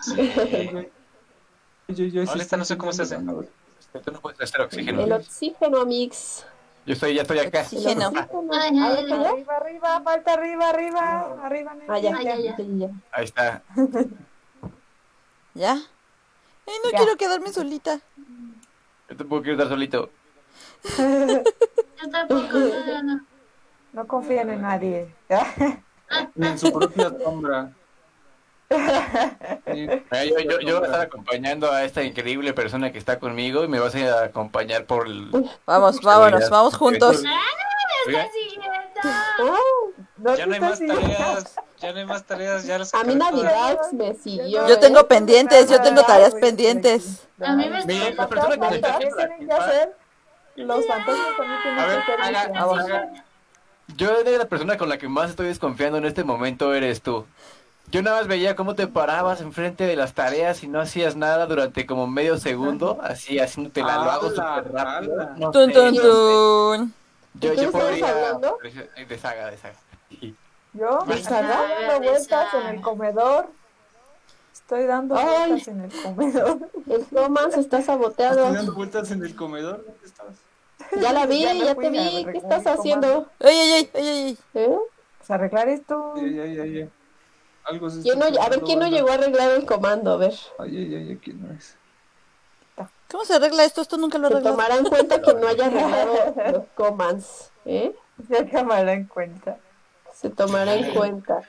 S8: Sí.
S6: Yo, yo,
S8: Ahora esta no sé cómo se hace.
S5: Tú no puedes hacer oxígeno.
S7: El oxígeno, amigos.
S5: Yo estoy, ya estoy acá.
S7: El
S1: Oxígeno.
S7: oxígeno.
S3: Ay,
S7: Ah,
S3: ay, ay.
S2: Arriba, arriba, falta arriba, arriba, arriba. nene.
S7: Ah, ya,
S3: Ay,
S7: ya,
S3: ay,
S7: ya, ya.
S5: Ahí está.
S1: ¿Ya? Ay, no
S2: Ya.
S1: quiero quedarme solita.
S5: Yo te puedo quedar solito.
S3: Yo tampoco. no, no, no.
S2: No confían en nadie.
S3: Ah.
S6: Ni en su propia sombra. Ni-
S5: Mira, Eh, yo, yo, yo voy a estar acompañando a esta increíble persona que está conmigo y me vas a acompañar por el...
S1: Vamos,
S5: Seguridad.
S1: vámonos, vamos juntos.
S5: Oiga,
S3: siguiendo.
S2: No
S8: Ya no hay
S2: te
S8: más
S2: sigas.
S8: tareas. Ya no hay más tareas. Ya las
S7: A mí
S8: acabé todas.
S7: Navidad me siguió.
S1: Yo tengo
S7: ¿eh?
S1: pendientes, yo tengo tareas pendientes.
S3: A mí me
S5: Mira,
S3: está
S5: la persona que
S2: Fantasmas
S5: me
S2: también
S5: está haciendo la
S2: tienen que
S5: culpa-
S2: hacer. Los fantasmas también
S5: A
S2: tienen
S5: ver,
S2: que hacer.
S5: haga-
S2: limpieza.
S1: Vamos.
S5: haga- Yo de la persona con la que más estoy desconfiando en este momento eres tú. Yo nada más veía cómo te parabas enfrente de las tareas y no hacías nada durante como medio segundo, así haciéndote la lo hago
S6: Ala,
S5: súper rápido.
S6: ala.
S5: No
S1: Tun,
S5: sé,
S1: tun,
S5: no
S1: tun.
S5: sé. Yo,
S7: ¿De quién
S5: yo
S7: estamos
S5: podría...
S7: hablando?
S5: De saga, de saga.
S2: Yo me estoy
S3: Ajá,
S2: dando vueltas
S3: esa.
S2: en el comedor. Estoy dando
S7: Ay.
S2: vueltas en el comedor.
S7: El Thomas está
S6: Estoy
S7: saboteado.
S6: dando vueltas en el comedor. ¿Dónde estás?
S7: Ya la vi,
S2: Ya me
S7: ya
S2: fui
S7: te
S2: a
S7: vi.
S2: arreglar
S7: ¿Qué estás
S2: mi
S7: haciendo?
S1: Ay, ay, ay, ay, ay.
S7: ¿Eh?
S2: Pues arreglar esto.
S6: Ay, ay, ay, ay. Algo se
S7: ¿Quién no-
S6: está
S7: a ver,
S6: quemando,
S7: ¿quién no
S6: banda.
S7: llegó a arreglar el comando? A ver.
S6: Ay, ay, ay, ¿quién no es?
S1: ¿Cómo se arregla esto? Esto nunca lo
S7: Se
S1: arreglado.
S7: tomarán cuenta que no haya arreglado los commands. ¿eh?
S2: Ya cámara en cuenta.
S7: Se tomará en cuenta.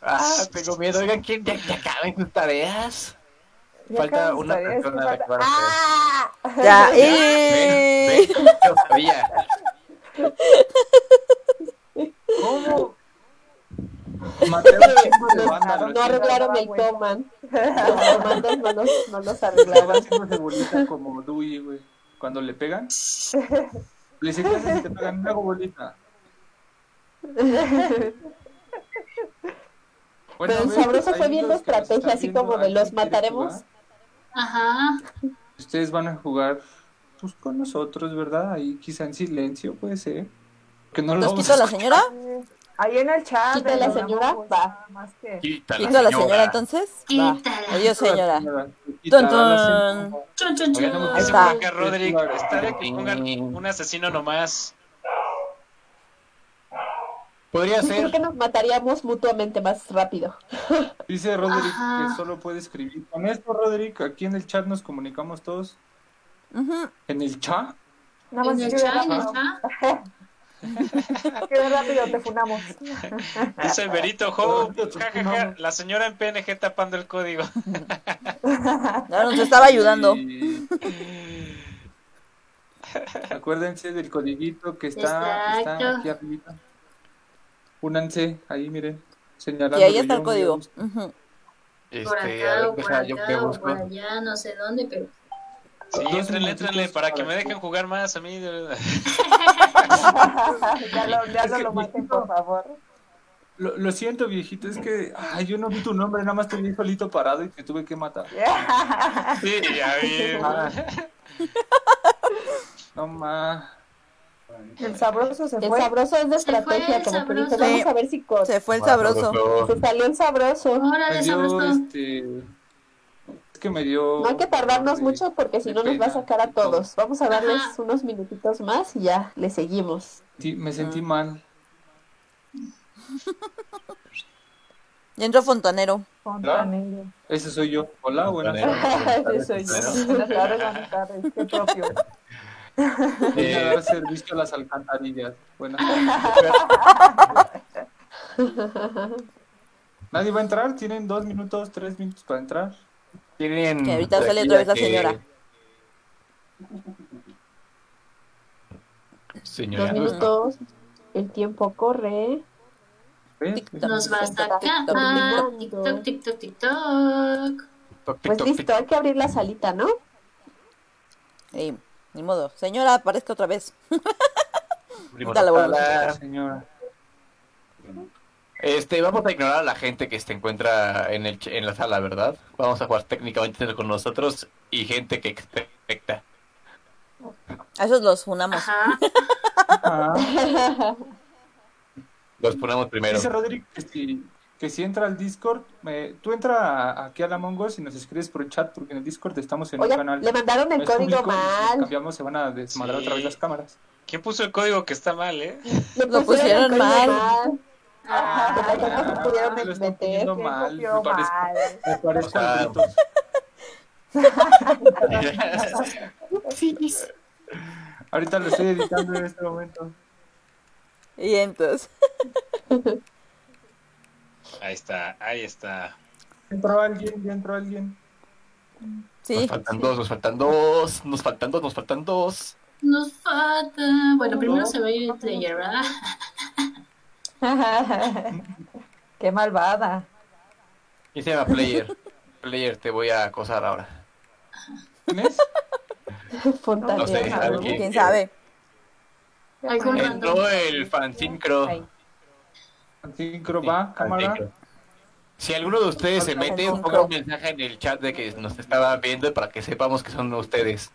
S5: Ah, tengo miedo. Oigan, ¿quién ya, ya acaben sus tareas?
S2: Ya
S5: Falta
S2: acaban sus
S5: una
S2: tareas, ¿qué
S5: persona a la que
S2: falta?
S5: van a hacer.
S1: Ya,
S5: Ven,
S1: Ah, eh.
S5: ven, yo sabía.
S6: ¿Cómo? Mateo chingo de banda.
S7: No arreglaron el
S2: güey.
S7: command. Los comandos no los, no los arreglaban.
S6: haciendo bolita como Dewey, güey. Cuando le pegan. Le dicen que te pegan, me hago bolita. Bueno,
S7: Pero el
S6: a ver,
S7: sabroso
S6: hay
S7: fue viendo
S6: los que nos
S7: estrategia,
S6: están
S7: así
S6: viendo
S7: como de
S6: aquí,
S7: los
S6: ¿quieren
S7: mataremos.
S6: jugar?
S3: Ajá.
S6: Ustedes van a jugar pues con nosotros, ¿verdad? Ahí quizá en silencio puede ser. Que no lo
S1: ¿Nos
S6: vamos
S1: quita
S6: a
S1: la señora?
S2: Ah, Ahí en el chat.
S7: Quita
S2: en
S7: la
S2: el
S7: señora,
S2: amor,
S7: va.
S2: más que-
S5: Quita
S1: ¿Quita la señora entonces? Va.
S3: Quítala.
S1: Adiós,
S6: escuchar,
S1: señora.
S6: Quita
S1: Tun,
S6: la
S1: tun.
S6: señora.
S3: Chun, chun, chun.
S5: Oigan, no me
S8: Dice
S1: está.
S8: por acá, Roderick, estaría que pongan un asesino nomás.
S5: Podría
S7: Yo creo
S5: ser.
S7: que nos mataríamos mutuamente más rápido.
S6: Dice Roderick
S3: Ajá.
S6: que solo puede escribir. Con esto, Roderick, aquí en el chat nos comunicamos todos.
S1: Ujú.
S6: ¿En el chat?
S2: Nada más
S3: En el
S2: que
S3: chat, en el
S2: rápido,
S3: chat.
S2: que de rápido te funamos.
S8: Dice Berito Ho, jajaja, la señora en PNG tapando el código.
S1: No, nos estaba ayudando.
S6: Y- Acuérdense del codiguito que está, está
S3: Exacto.
S6: aquí arriba. Únanse, ahí miren. señalando.
S1: Y ahí está el
S6: yo,
S1: código.
S6: yo-
S1: Ujú.
S3: Por
S5: Este, a
S3: acá
S5: ver,
S3: o por
S5: deja, yo te
S3: acá o
S5: busco.
S3: por allá, no sé dónde, pero
S8: Sí,
S6: Dos
S8: éntrenle, éntrenle,
S6: minutitos
S8: para que me
S6: para
S8: dejen jugar más a mí. de verdad.
S2: ya lo, ya no lo maten, por favor.
S6: Lo, lo siento, viejito, es que ay, yo no vi tu nombre, nada más te vi solito parado y te tuve que matar.
S8: Sí, ya vi.
S6: Ah. No ma.
S2: El sabroso se
S7: El
S2: fue.
S7: sabroso es de
S3: Se fue
S7: estrategia,
S3: el
S7: como que dije,
S3: sabroso.
S7: vamos a ver si co-
S1: Se fue el sabroso.
S7: se salió el sabroso.
S3: ahora
S6: Me dio, este, Es que me dio.
S7: No hay que tardarnos
S6: de-
S7: mucho porque si
S6: de
S7: no nos va a
S6: pena
S7: sacar a
S6: y todo.
S7: todos. Vamos a darles
S3: Ajá.
S7: unos minutitos más y ya le seguimos.
S6: Sí, me sentí mal.
S1: Y entró Fontanero.
S2: Fontanero.
S6: Ese soy yo. Hola, buenas tardes.
S7: Eso yo.
S2: Buenas tardes, buenas tardes. Qué propio.
S6: Vine a dar servicio a las alcantarillas. Buenas tardes. Nadie va a entrar. Tienen dos minutos, tres minutos para entrar.
S5: Tienen
S1: Que ahorita sale
S5: aquí
S1: otra vez la
S5: que-
S1: señora.
S7: Dos
S5: Señora.
S7: minutos. El tiempo corre.
S6: ¿Ves?
S1: Tic-tac.
S3: nos Ah, va a sacar.
S1: Tic-tac,
S3: Tic-toc, tic-toc, tic-toc.
S5: Toc, tic,
S7: Pues
S5: toc,
S7: listo, hay que abrir la salita, ¿no?
S1: Sí, ni modo. Señora, aparezca otra vez.
S5: tic, abrimos
S1: Dale,
S5: la
S1: volvemos.
S5: sala.
S6: Señora.
S5: Este, vamos a ignorar a la gente que se encuentra en, el, ch- en la sala, ¿verdad? Vamos a jugar técnicamente con nosotros y gente que expecta.
S1: A esos los funamos.
S3: Ajá.
S6: Ah,
S5: Los ponemos primero.
S6: dice Rodrigo que si, que si entra al Discord, me- tú entra a- aquí a la Mongo y nos escribes por el chat porque en el Discord estamos en un
S7: Oigan,
S6: canal.
S7: le mandaron el
S6: no es
S7: código
S6: público, y si
S7: mal.
S6: cambiamos, se van a desmadrar
S8: Sí.
S6: otra vez las cámaras.
S8: ¿Quién puso el código que está mal, eh?
S7: Le
S1: Lo pusieron
S7: el código
S1: mal.
S7: Ah, no se pudieron
S6: lo están
S7: meter.
S6: poniendo
S2: Qué
S6: mal. Me
S2: propio
S6: parece,
S2: mal.
S6: me parece
S5: Ah.
S6: al Brutus. Ahorita lo estoy editando en este momento.
S1: Y entonces.
S8: Ahí está, ahí está.
S6: Entró alguien, ya entró alguien.
S1: Sí.
S5: Nos faltan dos, nos faltan dos, nos faltan dos, nos faltan dos.
S3: Nos falta. Bueno, primero se va a ir el player, ¿verdad?
S2: Qué malvada.
S5: ¿Quién se llama Player? Player, te voy a acosar ahora.
S6: ¿Quién es?
S7: Fontanero.
S5: No sé, a ver quién.
S1: ¿Quién sabe?
S3: Algún random.
S5: Entró el fancincro.
S6: Sincro va, cámara.
S5: Si alguno de ustedes se mete, ponga un mensaje en el chat de que nos estaban viendo para que sepamos que son ustedes.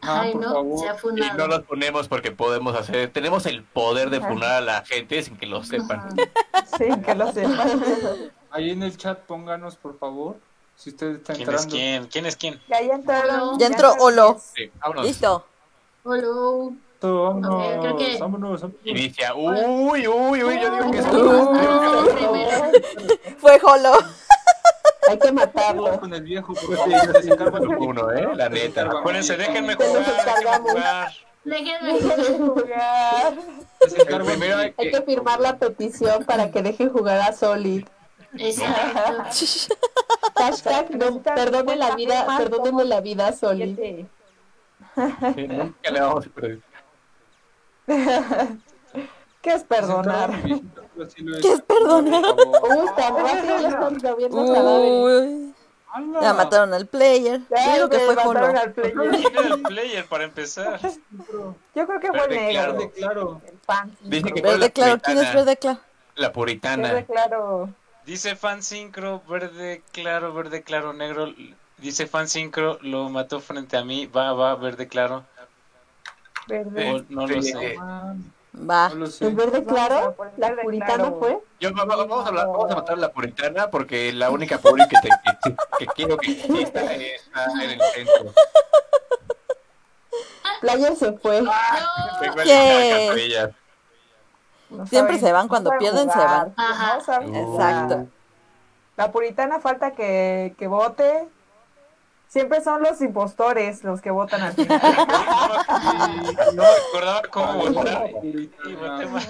S6: Ah,
S3: Ay,
S6: por
S3: no,
S6: favor.
S3: se ha
S5: Y no
S3: fundado.
S5: los ponemos porque podemos hacer, tenemos el poder de funar a la gente sin que lo sepan.
S2: Sí, que lo sepas.
S6: Ahí en el chat pónganos, por favor. Si usted está
S8: ¿Quién es
S6: entrando.
S8: quién? ¿Quién es quién?
S2: Ya, ya entraron.
S1: Ya entró Olo.
S5: Sí, vámonos.
S1: Listo.
S3: Hola. Ok, creo que-
S6: Vámonos, vámonos, vámonos.
S5: Inicia. Uy, uy, uy, yo digo que son
S3: Ah,
S5: ustedes.
S3: primero.
S1: Fue Jolo.
S7: Hay que matarlo.
S6: con el viejo, por favor, que se encarga el viejo.
S5: Uno, eh, la neta.
S8: Acuérdense, déjenme
S7: Te los
S8: jugar, déjenme
S7: encargamos.
S8: jugar.
S3: Déjenme.
S6: Que se
S5: El
S6: encarga el
S5: primero hay
S7: Hay que
S5: que...
S7: firmar la petición para que dejen jugar a Solid.
S3: Exacto.
S7: Hashtag, no, perdone la vida, perdónenle la vida a Solid.
S2: Siete.
S5: Nunca le vamos a perder.
S2: ¿Qué
S7: Pues,
S2: es perdonar?
S6: encarga el viejito, pero sí lo he
S1: ¿Qué es
S6: hecho, por favor.
S7: Uy, tan rápido ya están moviendo cadáveres.
S1: Uy.
S6: ¡Hala!
S1: Ya mataron al player. Yo
S2: Ya
S1: digo que
S2: me
S1: fue
S2: mandaron
S1: Jolo.
S2: al player.
S8: ¿Quién era el player para empezar?
S2: Yo creo que fue
S5: Verde
S2: negro.
S5: claro.
S6: Claro.
S2: El pan.
S5: Dice que fue la
S1: Verde claro. ¿Quién es
S5: puritana,
S1: verde claro?
S5: La
S2: Verde
S5: puritana.
S2: claro.
S8: Dice fan sincro, verde claro, verde claro, negro. Dice fan sincro, lo mató frente a mí. Va, va, verde claro.
S2: Verde.
S8: O no lo
S5: Sí,
S8: sé.
S5: eh,
S1: Va.
S6: No lo
S7: ¿El
S6: sé.
S7: verde claro?
S2: Vamos a
S7: ¿La
S2: ponerle
S7: puritana
S2: claro.
S7: fue?
S5: Yo, va- va- vamos, a hablar- vamos a matar a la puritana porque la única puri que, te- que, que quiero que exista está en el centro.
S7: Player se fue.
S5: Tengo el
S1: ¿Qué?
S5: alcantarilla.
S2: No
S1: Siempre
S2: saben-
S1: se van,
S2: no
S1: cuando
S2: saben
S1: pierden, se van.
S2: jugar.
S3: Ajá.
S2: No saben
S5: Oh.
S2: jugar.
S1: Exacto.
S2: La puritana falta que, que vote. Siempre son los impostores los que votan al final.
S8: No recordaba cómo
S6: Ah,
S8: votar. Y voté
S6: Voté
S8: mal.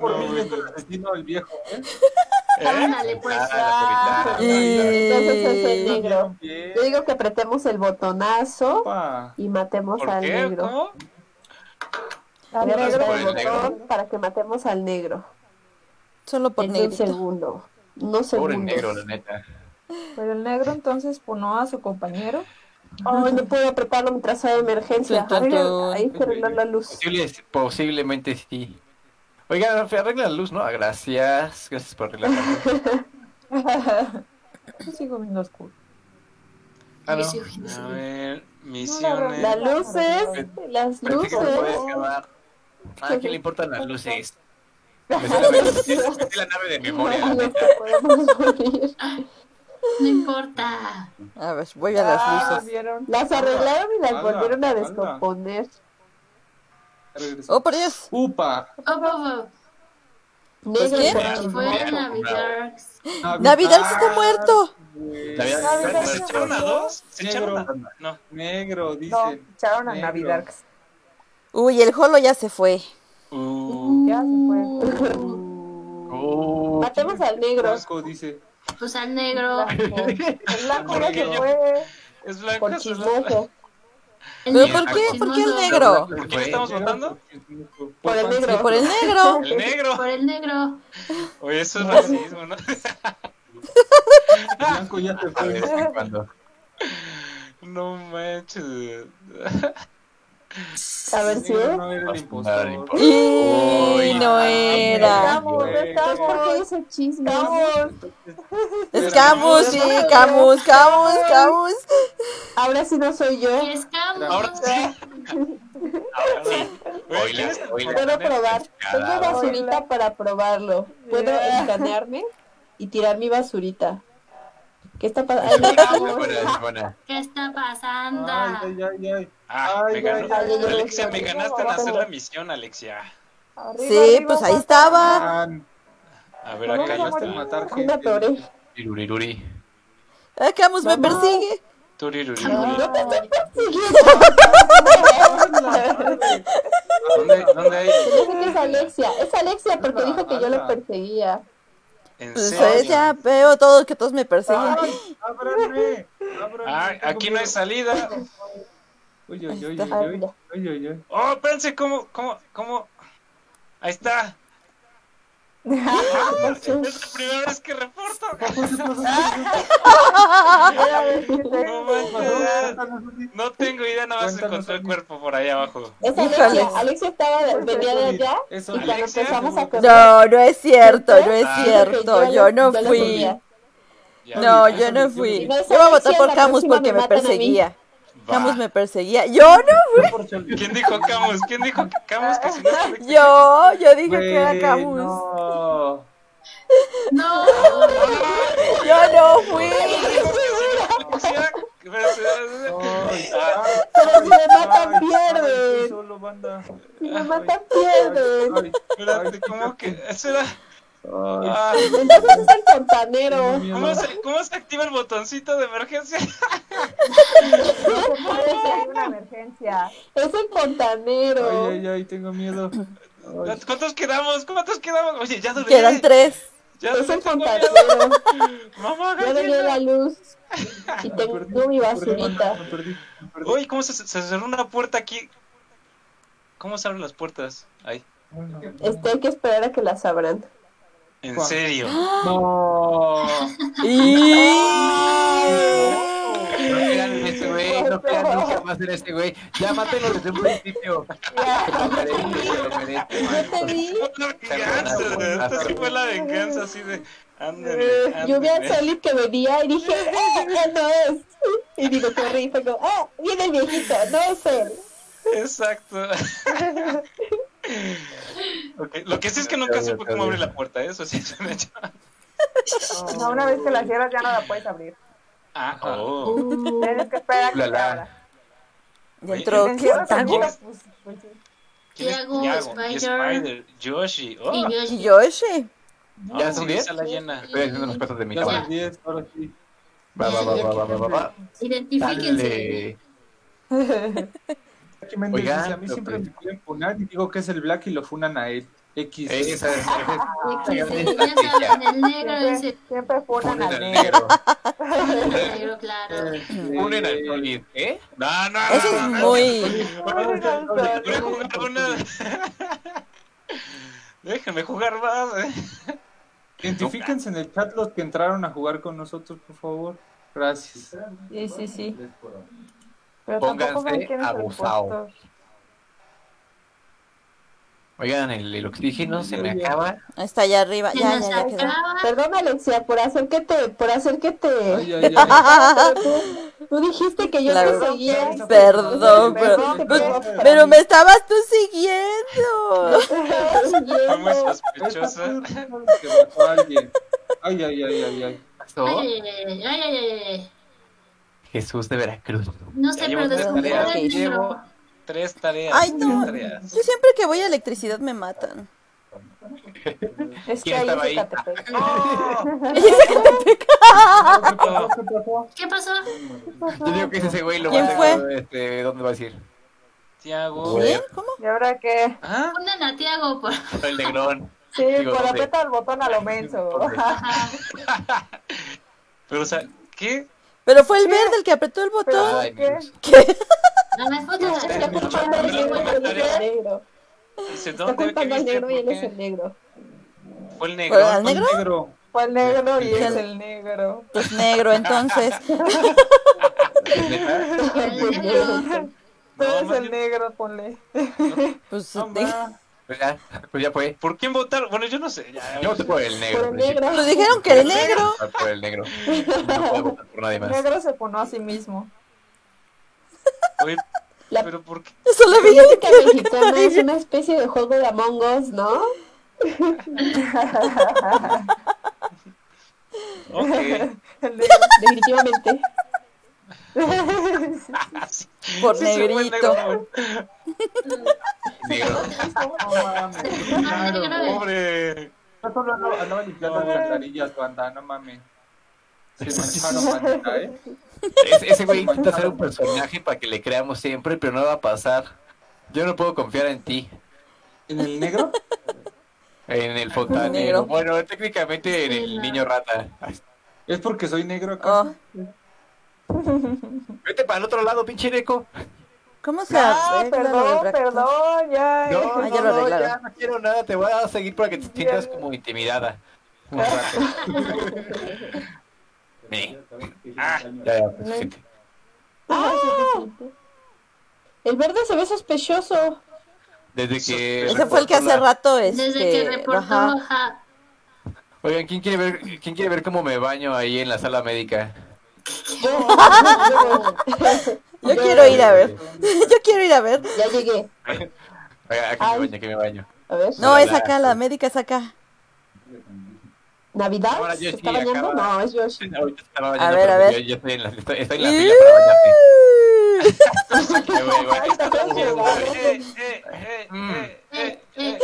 S6: por mí y esto le asesino al viejo. ¿eh?
S3: Ándale, pues.
S5: Ah, la puritana.
S7: Entonces es el
S1: Y...
S7: negro.
S6: Bien.
S7: Yo digo que apretemos el botonazo
S6: Opa.
S7: y matemos
S8: ¿Por
S7: al
S8: qué?
S7: negro.
S8: ¿Cómo?
S2: Al
S7: Le
S2: negro.
S7: apretamos
S5: por
S7: el
S5: el negro.
S7: botón para que matemos al negro.
S1: Solo por
S7: en un
S1: negrito.
S7: segundo. No
S5: Pobre
S7: segundos.
S5: negro, la neta.
S2: Pero el negro entonces punó a su compañero.
S7: Ay, no puedo apretarlo mi trazo de emergencia.
S1: Tun, tun, tun.
S7: Arregla- Hay que arreglar la luz.
S5: Posible- posiblemente sí. Oigan, arregla la luz, ¿no? Ah, Gracias. Gracias por arreglar la luz.
S2: Yo sigo viendo oscuro.
S5: Ah, no.
S8: A ver,
S7: Las
S8: misiones.
S7: luces, las
S5: Pensé que se podía
S7: luces.
S5: acabar. Ah, ¿A quién le importan las luces? Metí la nave- metí la nave de memoria. la neta.
S7: Podemos morir.
S3: No importa.
S1: A ver, voy a las luces.
S2: Ah, ¿vieron?
S7: Las arreglaron y
S6: Ala,
S7: las volvieron a
S6: ala.
S7: descomponer.
S6: Regresó.
S1: ¡Oh, por Dios!
S6: ¡Upa!
S3: Oh, oh,
S1: ¿Pues
S7: Negro
S1: quién?
S3: oh.
S7: con-
S3: Fue
S5: Mira,
S3: Navidad.
S1: ¡Navidad se está muerto!
S5: La vida-
S2: Navidad
S8: ¿Se echaron a dos? ¿Se echaron a
S6: Negro.
S8: No.
S6: Negro,
S2: No,
S6: dicen.
S2: echaron a
S6: Negro.
S2: Navidad.
S1: Uy, el Holo ya se fue.
S8: Uh,
S2: Ya se fue.
S5: Oh,
S7: Matemos al negro.
S6: Blanco, dice.
S3: Pues al negro.
S2: El blanco ya se
S8: Porque yo-
S2: fue.
S8: es blanco.
S7: Por
S8: es blanco.
S7: chismoso.
S3: El
S1: ¿Pero
S3: negro,
S1: por qué? ¿Por qué el
S3: chismoso.
S1: negro?
S8: ¿Por quién estamos votando?
S7: Por el
S6: Juancito.
S7: negro.
S1: Por el negro.
S8: El negro.
S3: Por el negro.
S8: Oye, eso es racismo, ¿no?
S6: Blanco ya se
S5: A ver,
S6: fue.
S5: cuando-
S8: No manches.
S7: A ver si
S6: Negro
S7: es.
S6: no era el
S5: Nada
S6: impostor.
S5: importa.
S1: Y no era.
S2: Estamos, no
S7: ¿Sabes Pues, por qué
S2: estamos.
S7: ese chisme?
S2: Estamos.
S1: Es Camus, sí, Camus, Camus, Camus.
S7: Ahora sí no soy yo.
S1: ¿Eh?
S3: Y escamos.
S8: Ahora sí. Ahora sí. Oye, ¿quién
S5: Oila,
S8: es el
S5: oila.
S7: Puedo probar. Tengo
S5: Carajo.
S7: basurita para probarlo. Puedo
S2: Yeah.
S7: escanearme y tirar mi basurita. ¿Qué está
S5: Es
S7: pasando?
S5: buena, es buena, es buena.
S3: ¿Qué está pasando?
S6: Ay, ay, ay, ay.
S8: Ah,
S6: Ay,
S8: me
S6: ay,
S8: ganó.
S6: ay,
S7: ay, ay.
S8: Alexia, me ganaste en hacer la misión, Alexia.
S2: Arriba,
S1: Sí,
S2: arriba,
S1: pues ahí
S2: guapa.
S1: estaba.
S6: Ah,
S8: A ver, acá ya
S6: acabaste de
S8: está.
S6: matar
S7: Me
S6: gente.
S7: atoré.
S5: Iruriruri.
S1: Ah, Camus me persigue.
S8: Turiruriruri.
S7: No te estoy persiguiendo.
S8: ¿Dónde, ¿Dónde hay?
S7: Yo sé que es Alexia. Es Alexia porque
S6: Ala,
S7: dijo que yo lo
S6: ala.
S7: perseguía.
S8: ¿En
S1: Pues
S8: serio?
S1: eh, ya veo todos que todos me persiguen.
S6: Ay, ábranme, ábranme,
S8: Ah,
S6: tengo
S8: aquí no hay
S6: miedo.
S8: salida.
S6: Oye, oye,
S1: Ahí
S6: oye,
S1: está.
S6: oye, oye, oye, oye.
S8: Oh, espérense, ¿cómo, cómo, cómo? Ahí está. Es la primera vez que reporto. No manches. No tengo idea, nada más
S6: Cuéntanos,
S8: encontré el
S6: oye.
S8: cuerpo por ahí abajo.
S7: Es
S1: Híjole.
S7: Alexia. Alexia estaba de- venía de allá
S6: Eso,
S7: y cuando
S8: Alexia,
S7: empezamos a correr.
S1: No, no es cierto, no es
S8: Ah.
S1: cierto. Yo no fui.
S8: Ya.
S1: No,
S6: Eso
S1: yo no
S6: sí,
S1: fui.
S6: sí.
S1: Yo voy a votar por Camus porque me perseguía.
S8: Va.
S1: Camus me perseguía. Yo no,
S8: ¿Quién dijo Camus? ¿Quién dijo que Camus? Que si no se le-
S1: yo, yo dije que era
S6: Güey,
S1: Camus.
S6: no.
S3: No.
S1: Yo no fui.
S6: Ay,
S7: Pero si me matan,
S6: ay, ay,
S7: pierden.
S6: solo, banda.
S7: Si me matan, pierden.
S6: Ay,
S8: Espérate, ¿cómo que? Espera.
S6: ay,
S8: Ah,
S7: Entonces es el fontanero.
S6: ay,
S8: ¿cómo, se, ¿Cómo se activa el botoncito de emergencia?
S2: Hay una emergencia.
S7: Es el fontanero.
S6: ay, ay, tengo miedo. Ay,
S8: ¿Cuántos quedamos? ¿Cuántos quedamos? Oye, ya duré.
S1: Quedan tres.
S8: Ya
S7: Es el
S8: duré, tengo miedo.
S7: fontanero.
S8: Mamá,
S7: Yo venía
S8: gallina.
S7: la luz y
S6: me perdí,
S7: tengo mi
S6: me perdí,
S7: basurita.
S6: me perdí, me perdí.
S8: Uy, ¿cómo se, se cerró una puerta aquí? ¿Cómo se abren las puertas? Ay,
S7: Este, hay que esperar a que las abran.
S8: en
S6: Juan.
S8: serio.
S7: ¡Ah!
S6: No.
S1: Y...
S5: No crean en ese güey, no crean nunca más en ese güey. Ya mátenlo desde un principio. Se lo merece, se lo merece,
S7: Yo te
S5: man.
S7: vi.
S8: Una venganza, esta sí fue la venganza así de. Ándale,
S7: Eh, Yo vi al
S8: ándale.
S7: Solid que venía y dije, ¡eh, él no es! Y digo, corrí y fue como, ¡ah, viene el viejito, no es él!
S8: Exacto. Ok, Lo que sí es que nunca supe cómo abrir la puerta, ¿eh? eso sí es un hecho.
S2: No, una vez que la cierras ya no la puedes abrir.
S8: Ah, oh.
S2: Tienes que esperar a que
S5: La,
S2: se
S5: la.
S2: abra.
S1: Y entró
S2: Si te encierras en
S1: Kentago
S2: una, pues, pues, sí.
S8: ¿Quién es
S3: Yago,
S8: Yago?
S3: Spider.
S8: Spider, Yoshi. Oh,
S3: Y yo
S1: y Yoshi.
S5: ¿Ya son diez?
S8: esa la llena.
S5: Estoy haciendo unas cosas de mi
S6: Ya
S5: cámara.
S6: son 10, ahora sí.
S5: Va, va, va, va, va, va, va, va.
S3: Identifíquense.
S5: Dale.
S6: Aquí Méndez
S5: Oigan,
S6: dice, a mí
S5: pero
S6: siempre
S5: pues-
S6: me quieren funar y digo que es el Black y lo funan a él. X.
S5: Esa es, esa es
S3: Sí,
S5: la
S3: ya saben,
S5: estrategia.
S3: el negro es
S2: Siempre,
S3: el
S2: siempre ponen
S5: Unen
S2: al
S5: al
S2: negro.
S5: negro.
S3: negro, claro.
S6: Eh,
S5: Unen al solid. ¿Eh? No, no.
S1: Eso es muy...
S2: Ponen al
S8: Déjenme jugar una. Déjenme jugar más, ¿eh?
S6: Identifíquense en el chat los que entraron a jugar con nosotros, por favor. Gracias.
S9: Sí, sí, sí.
S2: Pero tampoco
S5: Pónganse
S2: ven quién es el
S5: abusado.
S2: impostor.
S5: Oigan, el, el oxígeno se me acaba.
S1: Está allá arriba.
S3: Se
S1: Ya,
S3: nos
S1: ya, ya quedó.
S3: acaba.
S7: Perdón, Alexia, por hacer que te, por hacer que
S6: Ay,
S7: te.
S6: ay, ay.
S1: Ah,
S7: Tú, tú dijiste que yo
S1: Claro.
S7: te seguía.
S1: Perdón,
S2: Perdón,
S1: pero,
S2: perdón.
S1: pero- pero me estabas tú siguiendo.
S8: Fue muy
S6: Esta
S8: sospechosa.
S6: fue la que mató a alguien. Ay, ay, ay, ay, ay.
S5: Pasó
S3: Ay, ay, ay, ay, ay, ay, ay.
S5: Jesús de Veracruz.
S3: No sé,
S8: Ya
S3: pero
S8: llevo tres
S3: después
S8: tareas.
S3: del
S8: Llevo
S3: libro.
S8: tres tareas.
S1: Ay, no.
S8: tres tareas.
S1: Yo siempre que voy a electricidad me matan.
S7: Es que
S5: ¿Quién
S7: ahí
S5: estaba
S7: es
S5: ahí?
S7: Ecatepec.
S3: ¿Qué pasó?
S5: Yo digo que es ese güey lo
S1: ¿Quién
S5: más
S1: fue?
S5: seguro, Este, ¿Dónde vas a ir?
S8: Tiago.
S1: ¿Qué? ¿Cómo?
S2: ¿Y ahora qué?
S8: ¿Ah?
S3: Ponen a Tiago por.
S5: El negrón.
S2: Sí,
S5: Digo,
S2: por
S5: ¿dónde?
S2: aprieta el botón a lo menso.
S8: Pero, o sea, ¿qué?
S1: Pero fue el verde el que apretó el botón.
S5: Ay,
S2: ¿Qué?
S5: Dios.
S3: A las fotos.
S7: Está culpando al negro y él es el negro.
S8: Dice,
S7: Está
S8: ¿dónde? ¿Qué
S7: culpando al
S8: viste?
S7: negro y
S8: ¿Por
S7: él es el negro.
S8: qué? Fue el negro.
S1: ¿Por al negro?
S6: Negro.
S2: Fue el negro y es
S1: Sí.
S2: el negro.
S1: Pues negro, entonces.
S2: Tú
S8: No,
S2: eres
S8: más
S2: el
S8: bien-
S2: negro, ponle.
S1: Pues
S8: No,
S1: te-
S8: ma.
S5: Pues ya, pues ya fue.
S8: ¿Por quién votar? Bueno, yo no sé. ya,
S5: Yo voté por el negro.
S7: Por
S5: en
S7: el
S5: principio.
S7: negro.
S1: pues dijeron que el negro.
S5: Voté Por el negro. No puedo votar por nadie
S2: El
S5: más.
S2: negro se ponó a sí mismo.
S8: Oye,
S7: La-
S8: pero ¿por qué?
S1: Yo solo vi
S7: Política mexicana es una especie de juego de Among Us, ¿no?
S8: Ok.
S2: El negro.
S7: Definitivamente.
S1: por
S8: Sí, sí, fue el
S1: negrito.
S8: negro,
S5: Negro.
S3: Ah,
S8: Pobre.
S6: No solo andaba, andaba limpiando alcantarillas, banda, no mames. Se mancharon, bandita, ¿eh?
S5: Es- ese güey intenta hacer un personaje para que le creamos siempre, pero no va a pasar. Yo no puedo confiar en ti.
S6: ¿En el negro?
S5: En el fontanero.
S1: Negro.
S5: Bueno, técnicamente en
S3: Sí,
S5: el
S3: no.
S5: niño rata.
S6: ¿Es porque soy negro acá?
S1: Oh,
S5: Vete para el otro lado, pinche Neko.
S1: ¿Cómo se
S2: Ah,
S1: arregla lo del
S2: perdón,
S1: bracket?
S2: perdón, ya.
S5: No,
S1: Ah, ya
S5: no,
S1: lo
S5: no,
S1: arreglaron.
S5: ya no quiero nada. Te voy a seguir para que te sientas como intimidada.
S1: Ah.
S5: Un rato. Eh. Ah, ya, ya, pues, gente.
S7: El verde se ve sospechoso.
S5: Desde que.
S1: Ese fue el que hace
S5: reportó la-
S1: rato este.
S3: Desde que reportó
S1: ajá.
S3: ajá.
S5: Oigan, ¿quién quiere, ver, ¿quién quiere ver cómo me baño ahí en la sala médica?
S1: Yo quiero ir a ver. Yo quiero ir a ver.
S7: Ya llegué.
S5: Oigan, aquí me
S7: Ay.
S5: baño, aquí me baño.
S7: A ver.
S1: No, es acá, la médica es acá.
S7: ¿Navidad?
S5: Ahora
S7: ¿Se
S5: Yoshi
S7: está bañando?
S5: acaba-
S7: No, es Yoshi.
S5: Ahorita estaba
S1: A
S5: bañando,
S1: ver, a
S5: pero pues
S1: ver.
S5: Yo, yo estoy en la, estoy, estoy en la fila para bañarte. Ay, güey, güey.
S8: Eh, eh, eh, eh, eh, eh.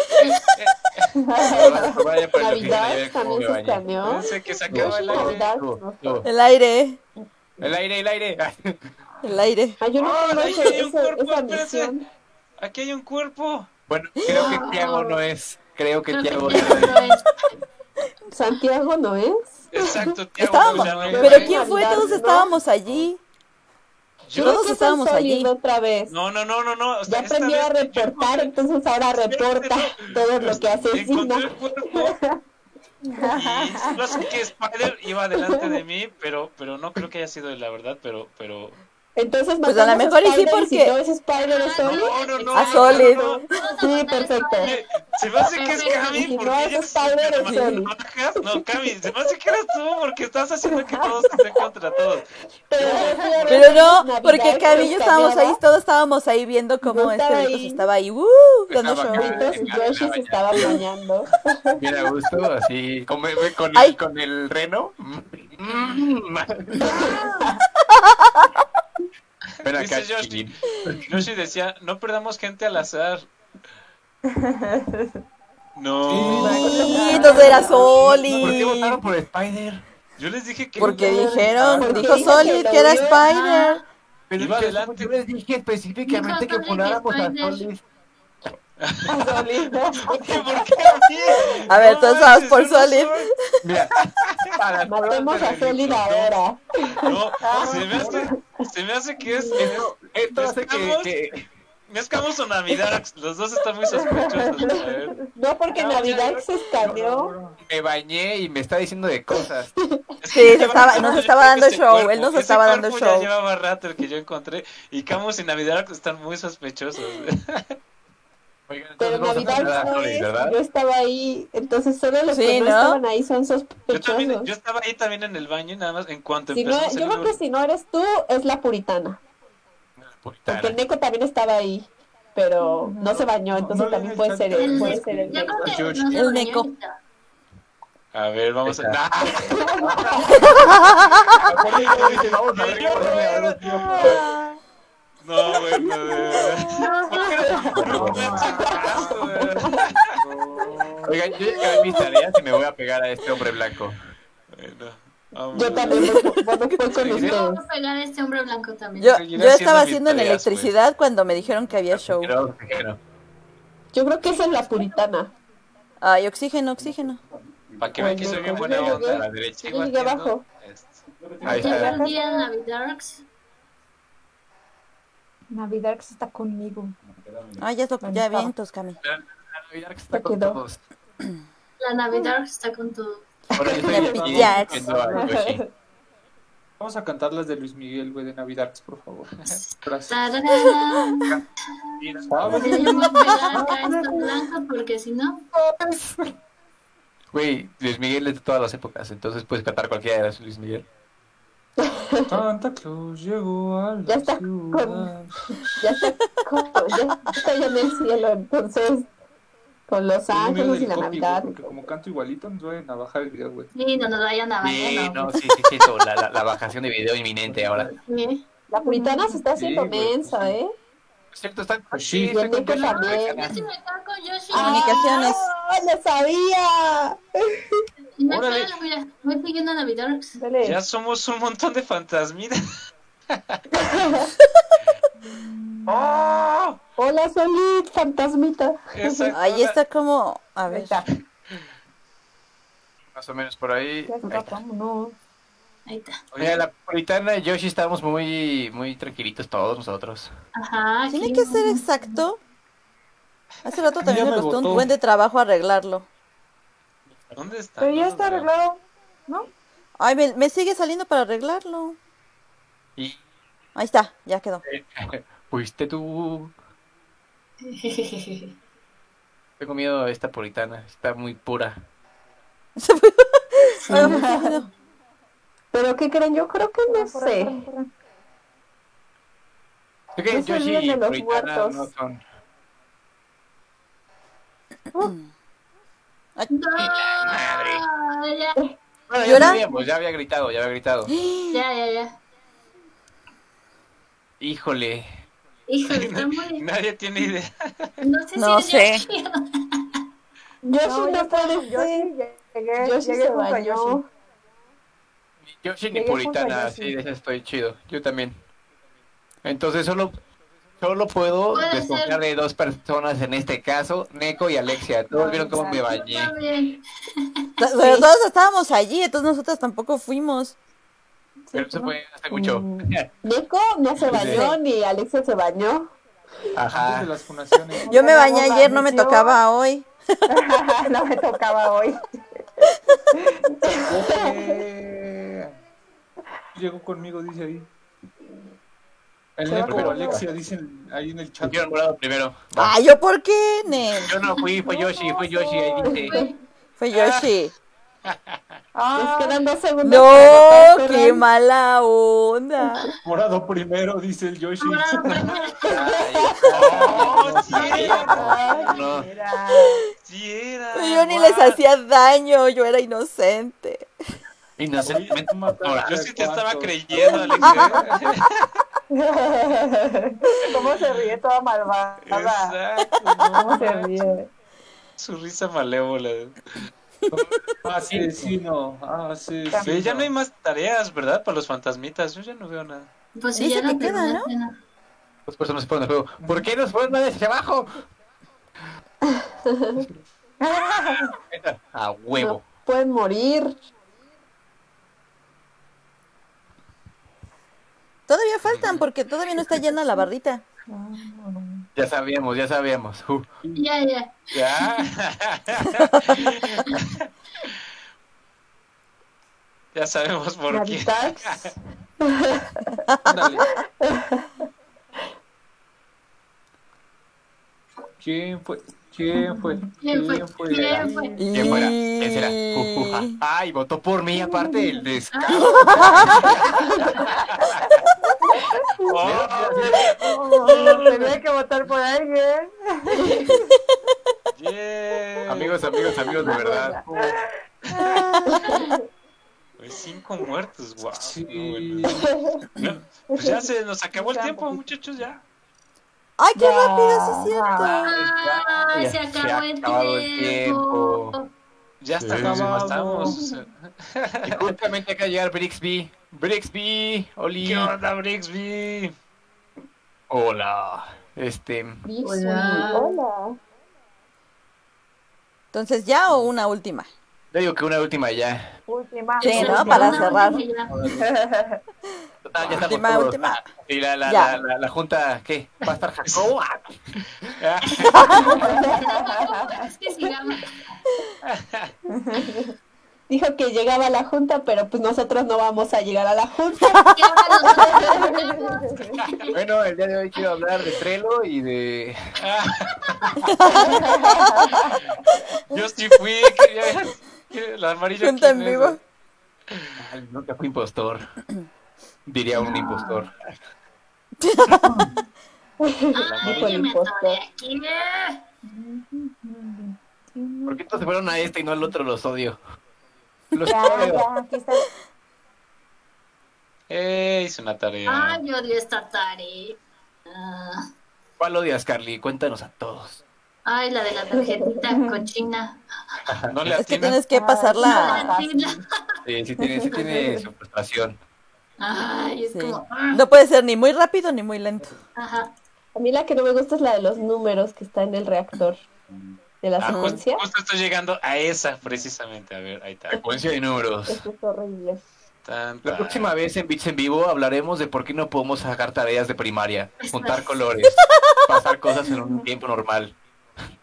S5: Vaya por la oficina, ya
S7: Navidad
S5: ven cómo
S7: también
S5: me
S7: se
S5: bañé.
S7: escaneó.
S8: Pensé que se acaba
S7: Yoshi
S8: el aire.
S7: Navidad.
S5: Tú, tú.
S1: El aire,
S5: El aire, el aire.
S1: el aire.
S7: Ay, yo no
S8: Ah,
S7: conozco
S8: ahí hay un
S7: esa-
S8: cuerpo,
S7: esa
S8: espérense.
S7: misión.
S8: Aquí hay un cuerpo.
S5: Bueno, creo que Tiago no es. Creo que
S3: Creo que
S5: Tiago
S3: Tiago
S5: no
S3: no es.
S7: Santiago no es.
S8: Exacto, Tiago.
S1: Estábamos,
S8: ya no hay
S1: pero
S8: nadie.
S1: ¿quién fue? Todos estábamos allí.
S7: Creo
S1: Todos
S7: que es el
S1: estábamos
S7: sólido
S1: allí.
S7: otra vez.
S8: No, no, no, no, no. o
S7: Ya
S8: sea, esta
S7: aprendió a
S8: vez-
S7: reportar, entonces ahora reporta todo lo que
S8: Encontré el
S7: asesina.
S8: cuerpo. Y no sé qué Spider iba delante de mí, pero, pero no creo que haya sido él, la verdad, pero, pero.
S7: Entonces,
S1: Pues a lo
S7: matamos
S1: mejor y sí,
S7: Spider,
S1: porque- Ah,
S7: Si no es Spider, es Soli.
S8: No, no, no.
S1: A
S8: no,
S1: Solid.
S8: no, no.
S7: Sí, perfecto.
S8: Me- Se me hace que es Cami
S7: Dije,
S8: porque
S7: no,
S8: ella
S7: eso
S8: es
S7: está bien,
S8: me
S7: Sol.
S8: manejas. No, Cami, se me hace que eras tú porque estás haciendo que todos estén contra todos.
S7: Pero,
S1: Pero no, porque Cami y yo
S7: cabello
S1: estábamos ahí, todos estábamos ahí viendo
S7: Yo
S1: cómo este
S7: estaba
S1: Beto
S7: ahí.
S1: se estaba ahí, ¡uh! dando
S5: Estaba
S1: show.
S5: acá.
S7: Entonces Yoshi se estaba bañando.
S5: es. Bien a gusto, así. Con, con,
S1: Ay.
S5: el, con el reno. Mm. Ven acá,
S8: Dice Yoshi.
S5: chiquín.
S8: Yoshi decía, no perdamos gente al azar.
S6: Sí.
S7: Oh,
S8: No.
S1: Y entonces era
S5: ¿Por qué
S1: Soli.
S5: votaron por Spider?
S8: Yo les dije que
S1: Porque
S8: no.
S1: dijeron,
S7: Porque
S1: dijo
S7: dijo
S1: Soli
S7: que
S1: que era
S7: lo vio.
S1: Spider.
S5: Pero
S8: Iba
S5: es que
S8: adelante.
S5: yo les dije específicamente
S3: Dijo
S5: que
S3: Sonic
S5: ponáramos a
S3: Spider.
S5: Solis.
S2: Ah,
S8: ¿Por qué a mí?
S1: A ver,
S8: Ah, No
S1: todos vamos
S8: manches,
S1: por
S8: yo no
S1: Solid.
S8: soy-
S5: Mira, para
S7: Matemos a Soli ahora.
S8: No, se me hace, se me hace que es.
S5: Esto hace que,
S8: Estamos-
S5: que-
S8: Mezclamos su Navidad. Los dos están muy sospechosos. a ver.
S7: No, porque
S8: No,
S7: Navidad
S8: ya-
S7: se escaneó.
S5: Me bañé y me está diciendo de cosas.
S1: Sí, se estaba- nos estaba dando
S8: Ese
S1: show,
S8: cuerpo-
S1: él nos
S8: ese
S1: estaba dando
S8: cuerpo
S1: show.
S8: Ya llevaba rato el que yo encontré. Y Camus y Navidad están muy sospechosos.
S5: Oigan, entonces
S7: Pero
S5: vamos a
S7: Navidad
S5: terminar
S7: no
S5: las flores,
S7: es,
S5: ¿verdad?
S7: yo estaba ahí, entonces solo los
S1: Sí,
S7: que no,
S1: ¿no?
S7: estaban ahí son
S8: Yo,
S7: sospechosos.
S8: también, yo estaba ahí también en el baño y nada más en cuanto
S7: Si no,
S8: empezamos
S7: yo
S8: el
S7: creo que
S8: número-
S7: si no eres tú, es la puritana.
S5: Puritana.
S7: Porque el Neko también estaba ahí, pero no, se bañó, entonces
S6: no
S7: también
S6: leí
S7: puede
S6: el
S7: ser
S6: chat.
S7: él. Puede ser
S3: Yo creo
S7: el
S3: que
S5: George.
S3: no se
S1: El
S3: bañó
S1: Neko.
S3: ahorita.
S8: A ver, vamos a.
S5: Está.
S8: ¡Ah!
S5: Vamos a ver qué pasa.
S8: No, güey, no, güey. ¿Por qué no? ¿Por qué no?
S5: Oigan, yo ya acabé mis tareas y me voy a pegar a este hombre blanco.
S8: Bueno, vamos.
S7: Yo también cuando fue
S5: Sí,
S7: con
S5: sí.
S3: Yo
S7: ustedes.
S3: voy a pegar a este hombre blanco también.
S1: Yo,
S8: Seguiré
S1: yo
S8: haciendo
S1: estaba
S8: mis
S1: haciendo en
S8: tareas, pues.
S1: electricidad cuando me dijeron que había show.
S5: Pero, pero,
S7: Yo creo que esa es la puritana.
S1: Ay, oxígeno, oxígeno.
S8: Para que vean que soy bien buena
S7: pues Yo
S8: onda.
S5: A la derecha.
S7: Yo llegué abajo.
S5: Ahí
S3: Llegó
S5: está.
S3: el día de Navidarks.
S9: Navidad que está conmigo.
S1: Ay, Ah, ya, es lo, ya vientos, Cami.
S5: Navidad que está
S7: Se
S5: con
S7: quedó.
S5: todos.
S3: La Navidarks está con todo.
S5: Bueno, yo estoy
S1: La
S5: aquí
S1: pillax.
S5: viendo a Yoshi.
S6: Vamos a cantar las de Luis Miguel, güey, de Navidad, por favor. Gracias.
S3: Tararán.
S6: ¿Sabes?
S3: Le voy a pegar acá a este blanco porque si no,
S5: Güey, Luis Miguel es de todas las épocas, entonces puedes cantar cualquiera de las Luis Miguel.
S6: Santa Claus llegó a la
S7: Ya está
S6: ciudad.
S7: Ya está, como- ya está allá en el cielo, entonces con Los
S6: Tengo miedo
S7: Ángeles y
S6: del
S7: la
S6: copy,
S7: Navidad.
S6: güey, porque como canto igualito, nos vayan a bajar el video, güey.
S3: ni no nos vayan
S7: Ah,
S3: a
S5: Sí,
S3: bañar.
S5: no, sí, sí, sí, eso, la, la, la bajación de video inminente ahora. Por
S3: Sí.
S7: La puritana se está
S6: Sí,
S7: haciendo
S6: güey, pues
S7: mensa,
S6: sí.
S7: ¿eh?
S5: cierto, están
S6: Pues sí.
S5: estoy con Yoshi,
S7: También.
S3: Yo sí
S5: güey.
S3: me cago, yo sí.
S1: Comunicaciones.
S7: ¡Ah, lo sabía!
S3: Y me
S8: Órale.
S3: pego, mira, voy siguiendo a Navidarks.
S7: Dale.
S8: Ya somos un montón de fantasmitas. ¡Oh!
S7: Hola, Solid, fantasmita.
S8: Esa
S1: Ahí está como. A
S9: Ahí
S1: ver.
S9: está.
S5: Más o menos por ahí.
S9: Ya está, vámonos.
S3: Ahí está.
S5: Oye, la puritana y Yoshi estábamos muy, muy tranquilitos todos nosotros.
S3: Ajá.
S1: Tiene
S3: aquí.
S1: que ser exacto. Hace rato
S6: Ya
S1: también me
S6: me
S1: costó un
S6: botó.
S1: buen de trabajo arreglarlo.
S8: ¿Dónde está?
S2: Pero
S8: No
S2: ya
S8: lo
S2: está
S8: veo.
S2: arreglado.
S1: Ay, me, me sigue saliendo para arreglarlo.
S5: Y
S1: Ahí está, ya quedó.
S5: fuiste tú. Tengo miedo a esta puritana, está muy pura.
S1: Ay, muy seguido.
S7: Pero ¿qué creen? Yo creo que no sé.
S5: Creo que
S7: No se
S5: Yoshi
S7: olviden de
S5: y
S7: los
S5: puritana
S7: muertos.
S5: no son.
S3: No, ya,
S5: Bueno, ya
S1: ¿Llora?
S5: sabíamos, ya había gritado, ya había gritado.
S3: ya, ya, ya.
S5: Híjole.
S3: Híjole, está muy.
S8: Nadie tiene idea.
S3: No sé
S1: No
S3: si
S1: sé.
S3: es Yoshi.
S7: Yoshi
S2: No,
S7: no,
S2: ya está,
S7: puede
S2: Yoshi,
S7: ser.
S2: Llegué,
S7: Yoshi
S2: llegué
S7: se
S2: junto a Yoshi.
S7: bañó.
S5: Ni Yoshi ni
S2: Llegué junto a
S5: puritana,
S2: Yoshi.
S5: sí, de esa estoy chido. Yo también. Entonces solo, solo puedo
S3: Puede
S5: desconfiar
S3: ser.
S5: de dos personas en este caso, Neko y Alexia. Todos vieron cómo me bañé.
S3: Está bien.
S1: Pero todos estábamos allí, entonces nosotros tampoco fuimos.
S5: Pero eso fue hace mucho.
S7: Neko no se bañó, ni Alexia se bañó.
S6: Antes de
S5: Ajá.
S6: las fundaciones.
S1: Yo me
S2: Hola,
S1: bañé
S2: hola,
S1: ayer, no me
S2: Lucio.
S1: tocaba hoy.
S2: no me tocaba hoy.
S6: Eh, Llegó conmigo, dice ahí. El
S2: Se va
S6: Neko
S5: con-
S6: Alexia, dicen ahí en el chat.
S5: Yo morado primero.
S1: Ah, ¿yo por qué, Nen?
S5: Yo no fui, fue Yoshi, fue Yoshi, ahí dice.
S9: Ah.
S1: Fue Yoshi.
S7: Nos
S2: Ah,
S7: quedan dos segundos. para
S1: No,
S7: matar,
S1: qué
S7: perdón.
S1: mala onda.
S6: Morado primero, dice el Yoshi.
S3: Ahora lo primero.
S8: ¡Oh, sí era!
S5: No.
S2: mira.
S8: sí era,
S1: Yo ni
S8: guau.
S1: les hacía daño, yo era inocente.
S5: Inocentemente.
S6: Tú mataste
S5: Ahora,
S8: Yo sí te
S6: a
S8: estaba
S6: cuatro.
S8: creyendo, Alex. ¿eh?
S2: ¿Cómo se ríe toda malvada?
S8: Exacto.
S2: ¿Cómo
S8: no,
S2: se ríe?
S8: Su risa malévola.
S6: Ah, Asesino, asesino.
S8: Ve, ya no hay más tareas, ¿verdad? Para los fantasmitas. Yo ya no veo nada.
S3: Pues si
S1: Dice
S3: ya
S1: que
S3: la
S1: queda,
S3: terminaste, ¿no?
S5: Dos personas se ponen de juego. ¿Por qué nos ponen más hacia abajo? A huevo.
S7: Pueden morir.
S8: Mm.
S1: Todavía faltan porque todavía no está llena la barrita.
S5: Ya sabíamos, ya sabíamos. Uh,
S3: Ya, ya.
S5: ya.
S8: Ya sabemos por qué.
S7: Gravitax.
S6: Ándale. ¿Quién fue? ¿Quién fue?
S3: ¿Quién fue? ¿Quién fue?
S5: ¿Quién fuera? ¿Quién será? Uh, uh, ja.
S1: Mm.
S5: Ay, votó por mí, aparte el descaro.
S8: Oh,
S2: Tenía que votar por alguien.
S8: yeah.
S5: Amigos, amigos, amigos, de verdad.
S8: Pues cinco muertos, guau.
S6: Sí.
S8: No, bueno. No, pues ya se nos acabó el tiempo, muchachos, ya.
S1: ¡Ay, qué rápido, sí es cierto!
S3: Ay,
S5: Ya
S3: se
S5: se
S3: acabó
S5: ha
S3: el
S5: acabado el
S3: tiempo.
S5: tiempo.
S8: Ya hasta
S5: Sí.
S8: nos matamos. o sea.
S5: Y justamente acá llegar Brixby. Brixby, Oli.
S8: ¿Qué onda, Brixby?
S5: Hola. Este,
S3: Hola.
S7: Hola.
S1: Entonces, ¿ya o una última?
S5: yo digo que una última ya.
S2: Última.
S1: Sí,
S3: Eso,
S1: ¿no? Para
S3: una
S1: cerrar.
S3: última ya.
S8: Ah,
S5: Total, ya estamos
S1: Última,
S5: todos.
S1: última.
S5: Y la, la,
S1: Ya.
S5: la, la, la junta, ¿qué? ¿Va a estar Jacobo? Ah,
S3: Es que sigamos.
S7: Dijo que llegaba a la junta, pero pues nosotros no vamos a llegar a la junta.
S3: Y ahora nosotros hablamos.
S5: Bueno, el día de hoy quiero hablar de Trello y de...
S8: Yo sí fui. que ya- que La amarilla.
S1: Junta
S8: ¿quién
S1: en
S8: es,
S1: vivo.
S5: Ay, nunca fui impostor. Diría un impostor.
S3: Ay, yo me atoré aquí.
S5: ¿Por qué todos se fueron a este y no al otro? Los odio. Los
S2: Ya,
S5: odio.
S2: Ah, ya, aquí está.
S8: Eh, hice una tarea.
S3: Ay, yo odio esta tarea. Ah.
S5: ¿Cuál odias, Carly? Cuéntanos a todos.
S3: Ay, la de la tarjetita cochina.
S8: No le
S1: Es que
S8: atinan.
S1: tienes que pasarla.
S3: La fila.
S5: Sí, sí tiene, sí tiene su frustración.
S3: Ay, es
S1: Sí.
S3: como. ah,
S1: No puede ser ni muy rápido ni muy lento.
S3: Ajá.
S7: A mí la que no me gusta es la de los números que está en el reactor de la
S8: Ah, ju-
S7: secuencia.
S8: justo, estoy llegando a esa precisamente. A ver, ahí está.
S5: Secuencia de números.
S7: Eso es horrible.
S8: Tan,
S5: La
S8: tan.
S5: próxima vez en Bits en Vivo hablaremos de por qué no podemos sacar tareas de primaria, juntar colores, pasar cosas en un tiempo normal.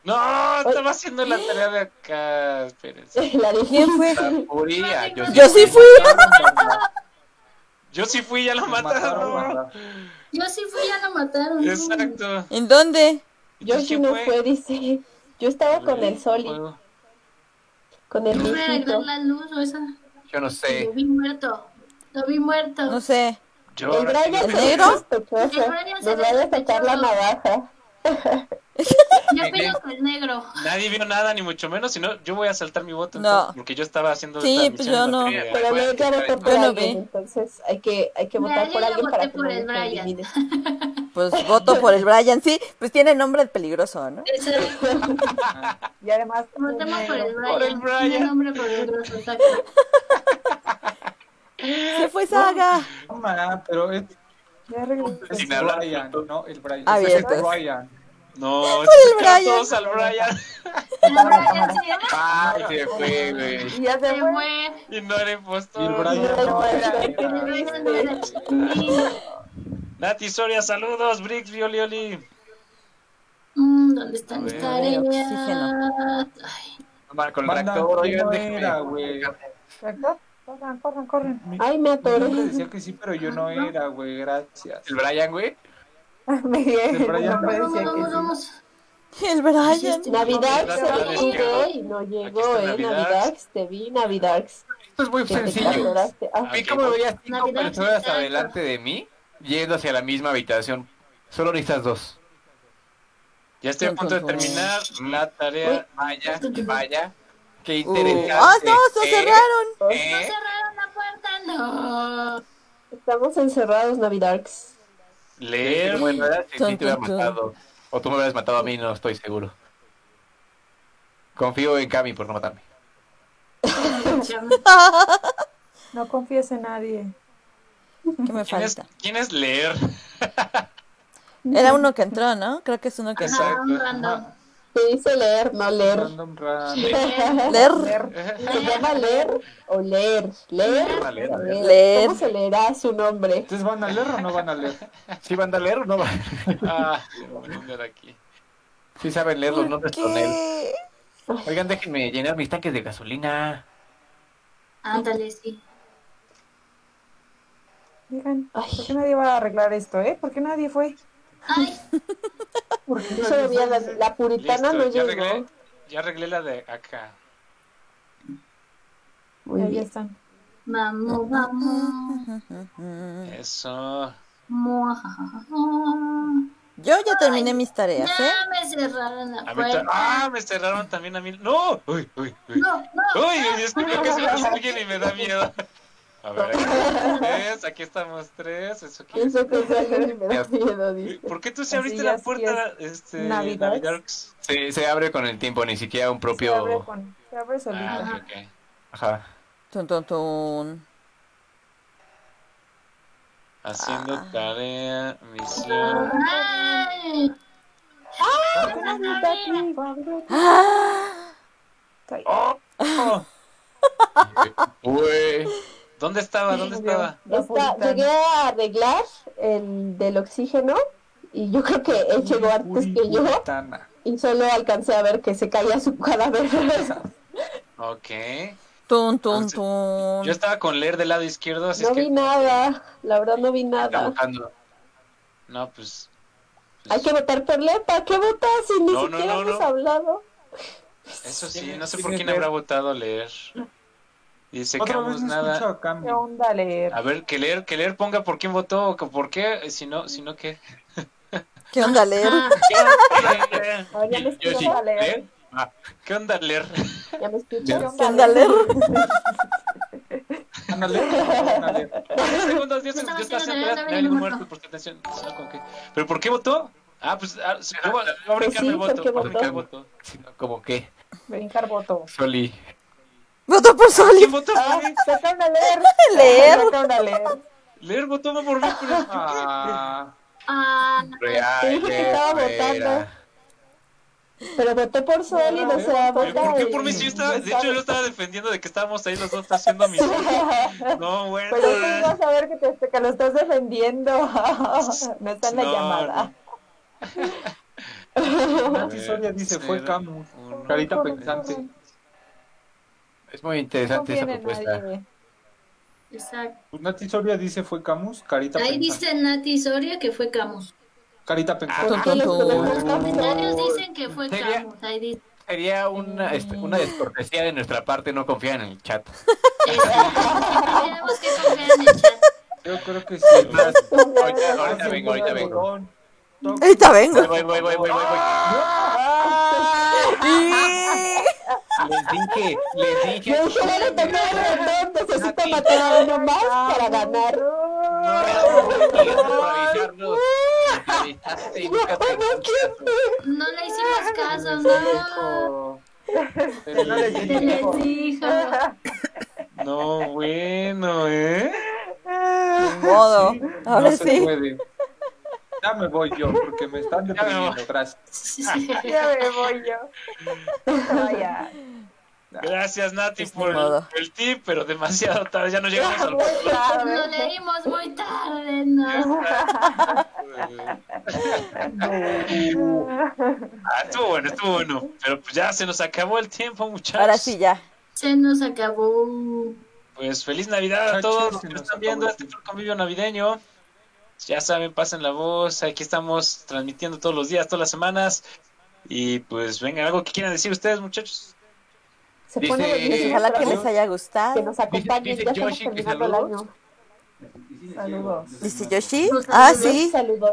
S8: No, estaba haciendo la tarea de acá. Espérense.
S7: La de
S1: ¿Quién fue?
S5: La furia, yo sí-
S1: Yo sí fui.
S8: Yo sí fui, ya lo
S6: Lo mataron,
S8: mataron.
S6: mataron.
S3: Yo sí fui, ya lo mataron. ¿no?
S8: Exacto.
S1: ¿En dónde?
S7: Yo
S8: Entonces,
S7: sí
S8: ¿quién
S7: no fue, dice. Yo estaba con el Soli,
S6: Juego.
S7: con el
S3: Yo fui a arreglar
S7: viejito.
S3: la luz o esa.
S5: Yo no sé.
S3: Lo vi muerto. Lo vi muerto.
S1: No sé.
S8: Yo
S7: El
S8: ahora sí
S7: Brian
S1: ¿El
S7: se
S8: me-
S7: ve
S1: negro?
S7: sospechoso.
S3: El Brian se
S7: Nos
S3: ve
S7: va a sacar la
S3: sospechoso.
S7: navaja.
S3: Yo opino con el negro.
S8: Nadie vio nada, ni mucho menos, sino yo voy a saltar mi voto.
S1: No.
S8: entonces, porque yo estaba haciendo.
S1: Sí,
S8: esta
S1: pues
S8: misión
S1: yo
S8: en
S1: no.
S8: materia de-
S7: Pero
S5: Voy a
S7: no
S5: quitar
S7: quiero votar
S5: esto.
S7: por
S1: Yo no
S7: alguien,
S1: vi.
S7: entonces hay que, hay que
S3: Mira,
S7: votar
S3: yo
S7: por
S3: ya
S7: alguien
S3: voté
S7: para que
S3: por
S7: no
S3: el
S7: nos
S3: Brian.
S7: eliminen.
S1: Pues voto por el Brian. Sí, pues tiene nombre de peligroso, ¿no?
S3: Exacto.
S2: Y además. eh,
S3: Votemos por el Brian.
S8: Por el Brian.
S3: Tiene nombre por el grosso, exacto.
S1: Se fue Saga.
S6: No, ma, pero es,
S2: Ya regresé.
S6: es
S5: Sin hablar
S6: Pues Brian, ¿no? El Brian.
S1: Ah, bien,
S6: Es el
S1: pues.
S6: Brian.
S8: No,
S1: el
S8: sacaron
S1: Brian.
S8: todos al Brian.
S3: El Brian se,
S5: Ay, se fue, güey.
S2: Y ya se
S3: se
S2: fue.
S3: fue.
S8: Y no era
S6: Y el
S8: impostor.
S6: Brian no era.
S3: El Brian no era chiquitín.
S8: Nati Soria, saludos. Brix, Violi, Oli.
S3: Mm, ¿Dónde están mis Ah,
S8: ver,
S3: tareas? Ay,
S5: Mal Con el
S6: Manda,
S5: reactor, oigan,
S6: no
S5: déjenme.
S6: era, güey.
S2: ¿Verdad? Corran, corran, corran.
S7: Ay, me
S6: Yo
S7: atoré.
S6: le decía que sí, pero yo no era, güey. Gracias.
S5: El Brian, güey.
S2: Miguel, no
S6: Brian
S2: me
S3: vamos,
S2: decía que
S3: vamos,
S2: sí.
S3: vamos.
S1: El Brian.
S7: Navidad
S5: Navidad,
S7: se
S5: Navidad.
S7: vive y no llegó,
S5: está
S7: ¿eh?
S5: Navidad.
S7: Navidad, te vi, Navidad.
S5: Esto es muy
S7: Que te
S5: sencillo.
S7: atoraste. Ah,
S5: Vi cómo veía cinco
S3: Navidad,
S5: personas
S3: Navidad.
S5: adelante de mí, yendo hacia la misma habitación. Solo necesitas dos.
S8: Ya estoy a punto de terminar la tarea.
S5: Vaya, vaya. Qué
S1: Uh,
S5: interesante.
S1: ¡Ah, no! ¡Se
S5: ¿Eh?
S1: cerraron!
S5: ¿Eh?
S3: No cerraron la puerta, no.
S7: Estamos encerrados, Navidad.
S8: Leer.
S5: Bueno, era si
S1: Tun,
S5: sí te hubiera
S1: tun, tun.
S5: matado. O tú me hubieras matado a mí, no estoy seguro. Confío en Cami por no matarme.
S2: No confíes en nadie.
S1: ¿Qué me
S8: ¿Quién es,
S1: falta?
S8: quién es leer? Ah,
S1: Era uno que entró, ¿no? Creo que es uno que entró.
S3: Ajá, un random.
S7: Te dice leer, no leer.
S6: Random, random.
S1: Leer.
S7: Se llama leer o leer. Leer.
S5: a leer, a ver.
S1: Leer.
S7: ¿Cómo se leerá su nombre?
S6: Entonces, ¿van a leer o no van a leer?
S5: ¿Sí van a leer o no van?
S8: Ah, le voy a poner aquí.
S5: Sí saben leer los nombres con él.
S1: ¿Qué?
S5: Oigan, déjenme llenar mis tanques de gasolina.
S3: Ándale, sí.
S2: Oigan,
S7: Ay.
S2: ¿por qué nadie va a arreglar esto, eh? ¿Por qué nadie fue?
S3: Ay,
S7: Solo vi a la, la puritana
S8: Listo, ya
S7: no llegó.
S8: arreglé, ya arreglé la de acá.
S7: Muy
S9: Ahí
S7: bien.
S9: están.
S3: vamos, vamos.
S1: Mm.
S8: Eso.
S3: ah, Muajajaja.
S1: Yo ya terminé mis tareas, ¿eh?
S3: Ya me cerraron la
S8: A mí ta-
S3: puerta.
S8: ¡Ah! Me cerraron también a mí. ¡No! ¡Uy, uy, uy!
S3: No, no.
S8: ¡Uy! Es que creo que se pasa alguien y me da miedo. A ver, aquí estamos tres, aquí estamos tres. Eso quiere
S7: Eso que es algo que me da miedo,
S8: decir-
S7: dice.
S8: ¿Por qué tú
S2: Así
S8: se abriste
S2: ya
S8: la
S2: sí
S8: puerta, este,
S2: Navidad.
S8: Navidarks?
S5: Se, se abre con el tiempo, ni siquiera un
S2: Se abre,
S5: propio.
S2: con, se abre solita.
S8: Ah, ok, ok.
S5: Ajá.
S1: Tun, tun, tun.
S8: Haciendo tarea, misión.
S3: Ay.
S5: Uy.
S8: ¿Dónde estaba? ¿Dónde estaba?
S7: Está, llegué a arreglar el del oxígeno y yo creo que él llegó antes pues, que yo
S6: Puritana.
S7: y solo alcancé a ver que se caía su cadáver.
S8: Ok.
S1: Tun, tun,
S8: Ah, sí.
S1: tun.
S8: Yo estaba con leer del lado izquierdo, así
S7: No
S8: es que.
S7: vi nada, la verdad no vi nada.
S5: Trabajando.
S8: No, pues. pues,
S7: Hay que votar por Lepa, ¿qué votas si ni
S8: No, no,
S7: siquiera
S8: no,
S7: hemos
S8: no.
S7: hablado?
S8: Eso sí, no sé
S6: Sí,
S8: por quién
S6: leer.
S8: habrá votado leer. Dice que
S6: Otra vez
S8: ambos
S6: no
S8: nada.
S6: escucho a Cami.
S2: ¿Qué onda leer?
S8: A ver, que leer, que leer ponga por quién votó o que por qué, eh, si no, si no qué.
S1: ¿Qué onda, leer?
S2: Ah, ya me
S5: Yo sí.
S2: escucho a leer.
S5: ¿Leer? Ah,
S8: ¿Qué onda leer?
S7: Ya me escuchas.
S1: ¿Qué onda, leer?
S6: ¿Van a leer o no van a leer?
S8: Segundos, diez
S3: Yo
S8: segundos,
S3: estaba
S8: yo estaba
S3: haciendo
S8: atrás,
S3: leer, no
S8: no hay
S3: había
S8: ningún
S3: ningún
S8: muerto,
S3: muerto.
S8: porque atención, no, como que- ¿Pero por qué votó? Ah, pues ah, sí, yo voy a brincar
S7: sí,
S8: el voto.
S7: porque
S8: voy a brincar el voto.
S5: sino como que.
S2: Brincar voto.
S5: Soli.
S1: Voto por Soli.
S8: ¿Quién votó?
S2: Ah, sacaron a leer.
S1: Leer.
S2: Sacaron a leer.
S8: Leer votó no por mí, pero ¿por qué?
S6: Ah,
S3: Ah,
S5: Real.
S7: Te dije que estaba
S5: era.
S7: votando. Pero voté por Sol y no se va a
S8: Pero
S7: votar.
S8: ¿Por qué por mí si yo estaba, de hecho yo estaba defendiendo de que estábamos ahí los dos haciendo mis... No, bueno.
S2: Pero tú vas a ver que, Pues te, que lo estás defendiendo. no está en la
S8: No,
S2: llamada.
S6: Nati Soria dice, fue Camus.
S8: Uno.
S6: Carita pensante.
S5: Es muy
S2: No
S5: interesante esa
S2: confíen en
S5: propuesta.
S2: nadie.
S3: exacto.
S6: Nati Soria dice, fue Camus. Carita
S3: Ahí
S6: pensante.
S3: dice Nati Soria que fue Camus.
S6: Carita pensante.
S1: Tun, tun, tun.
S3: Comentarios dicen que fue
S5: Sería-
S3: Camus. Ahí dice.
S5: Sería una, este, una
S2: Mm.
S5: descortesía de nuestra parte no confiar en el chat.
S3: este, Tenemos que confiar en el chat.
S6: Yo creo que sí.
S5: Más, ahorita,
S6: Ah,
S5: ahorita vengo, ahorita vengo.
S1: Ahorita vengo.
S5: Voy, voy, voy, voy, voy, voy. Les dije, les dije.
S7: Yo dije, no tocar el botón, necesito matar a uno más
S2: Ah,
S7: para ganar.
S5: por avisarnos. Te avisaste y nunca te
S3: No le hicimos caso, no. Te les dijo.
S8: No, bueno, ¿eh?
S1: Ni modo. Ahora
S6: no se
S1: sí.
S6: puede. Ya me voy yo, porque me están
S8: me
S6: deprimiendo.
S8: voy.
S6: Gracias.
S2: Ya me voy yo. Vaya.
S8: Gracias, Nati,
S1: Pues, ni
S8: por el,
S1: modo.
S8: el tip, pero demasiado tarde. Ya no llegamos al
S2: Muy tarde.
S3: No leímos muy tarde, no.
S8: Ah, estuvo bueno, estuvo bueno. Pero pues ya se nos acabó el tiempo, muchachos.
S1: Ahora sí, ya.
S3: Se nos acabó.
S8: Pues feliz Navidad a
S6: Muchachos,
S8: todos los que
S6: se
S8: nos
S6: nos
S8: están
S6: acabó
S8: viendo
S6: el
S8: este
S6: tiempo.
S8: convivio navideño. Ya saben, pasen la voz. Aquí estamos transmitiendo todos los días, todas las semanas. Y pues venga, algo que quieran decir ustedes, muchachos.
S7: Se
S5: Dice-
S7: pone
S1: Pues,
S7: bonito.
S1: ojalá que les haya
S7: que
S1: gustado.
S7: nos acompañen,
S5: Dice-
S7: ya
S5: dice
S7: estamos
S5: Yoshi que
S7: terminando el
S5: saludos.
S7: año.
S2: Saludos.
S1: Dice Yoshi. Ah, sí.
S7: Saludos.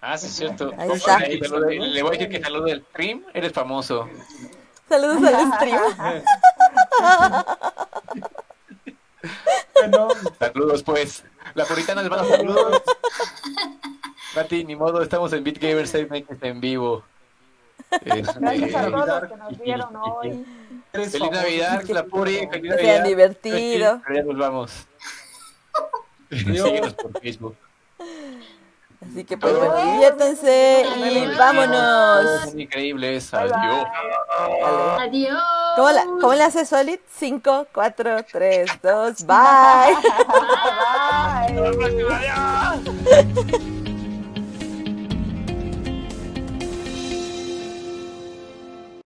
S8: Ah, sí, es cierto.
S1: Ahí está.
S5: Ahí, saludo- Le voy a decir que saludo del stream, eres famoso.
S1: Saludos al stream.
S6: Bueno,
S5: Saludos, pues. La puritana les manda saludos. Mati, ni modo, estamos en BitGamer 6 Nights en vivo. Este,
S2: Gracias a todos los que
S5: y-
S2: nos
S5: y-
S2: vieron
S5: y-
S2: hoy.
S6: eres
S5: Feliz
S6: famoso.
S5: Navidad, la puri, feliz
S1: Que
S5: Navidad.
S1: sean divertido.
S5: Pero ya nos vamos.
S6: Adiós.
S5: Síguenos por Facebook.
S1: Así que pues bueno, diviértanse y vámonos.
S5: Increíble esa.
S2: Bye, bye.
S5: Adiós.
S1: Dale.
S3: Adiós.
S1: ¿Cómo, la, ¿Cómo le hace Solid? 5, 4, 3, 2, bye.
S2: Bye.
S5: Adiós.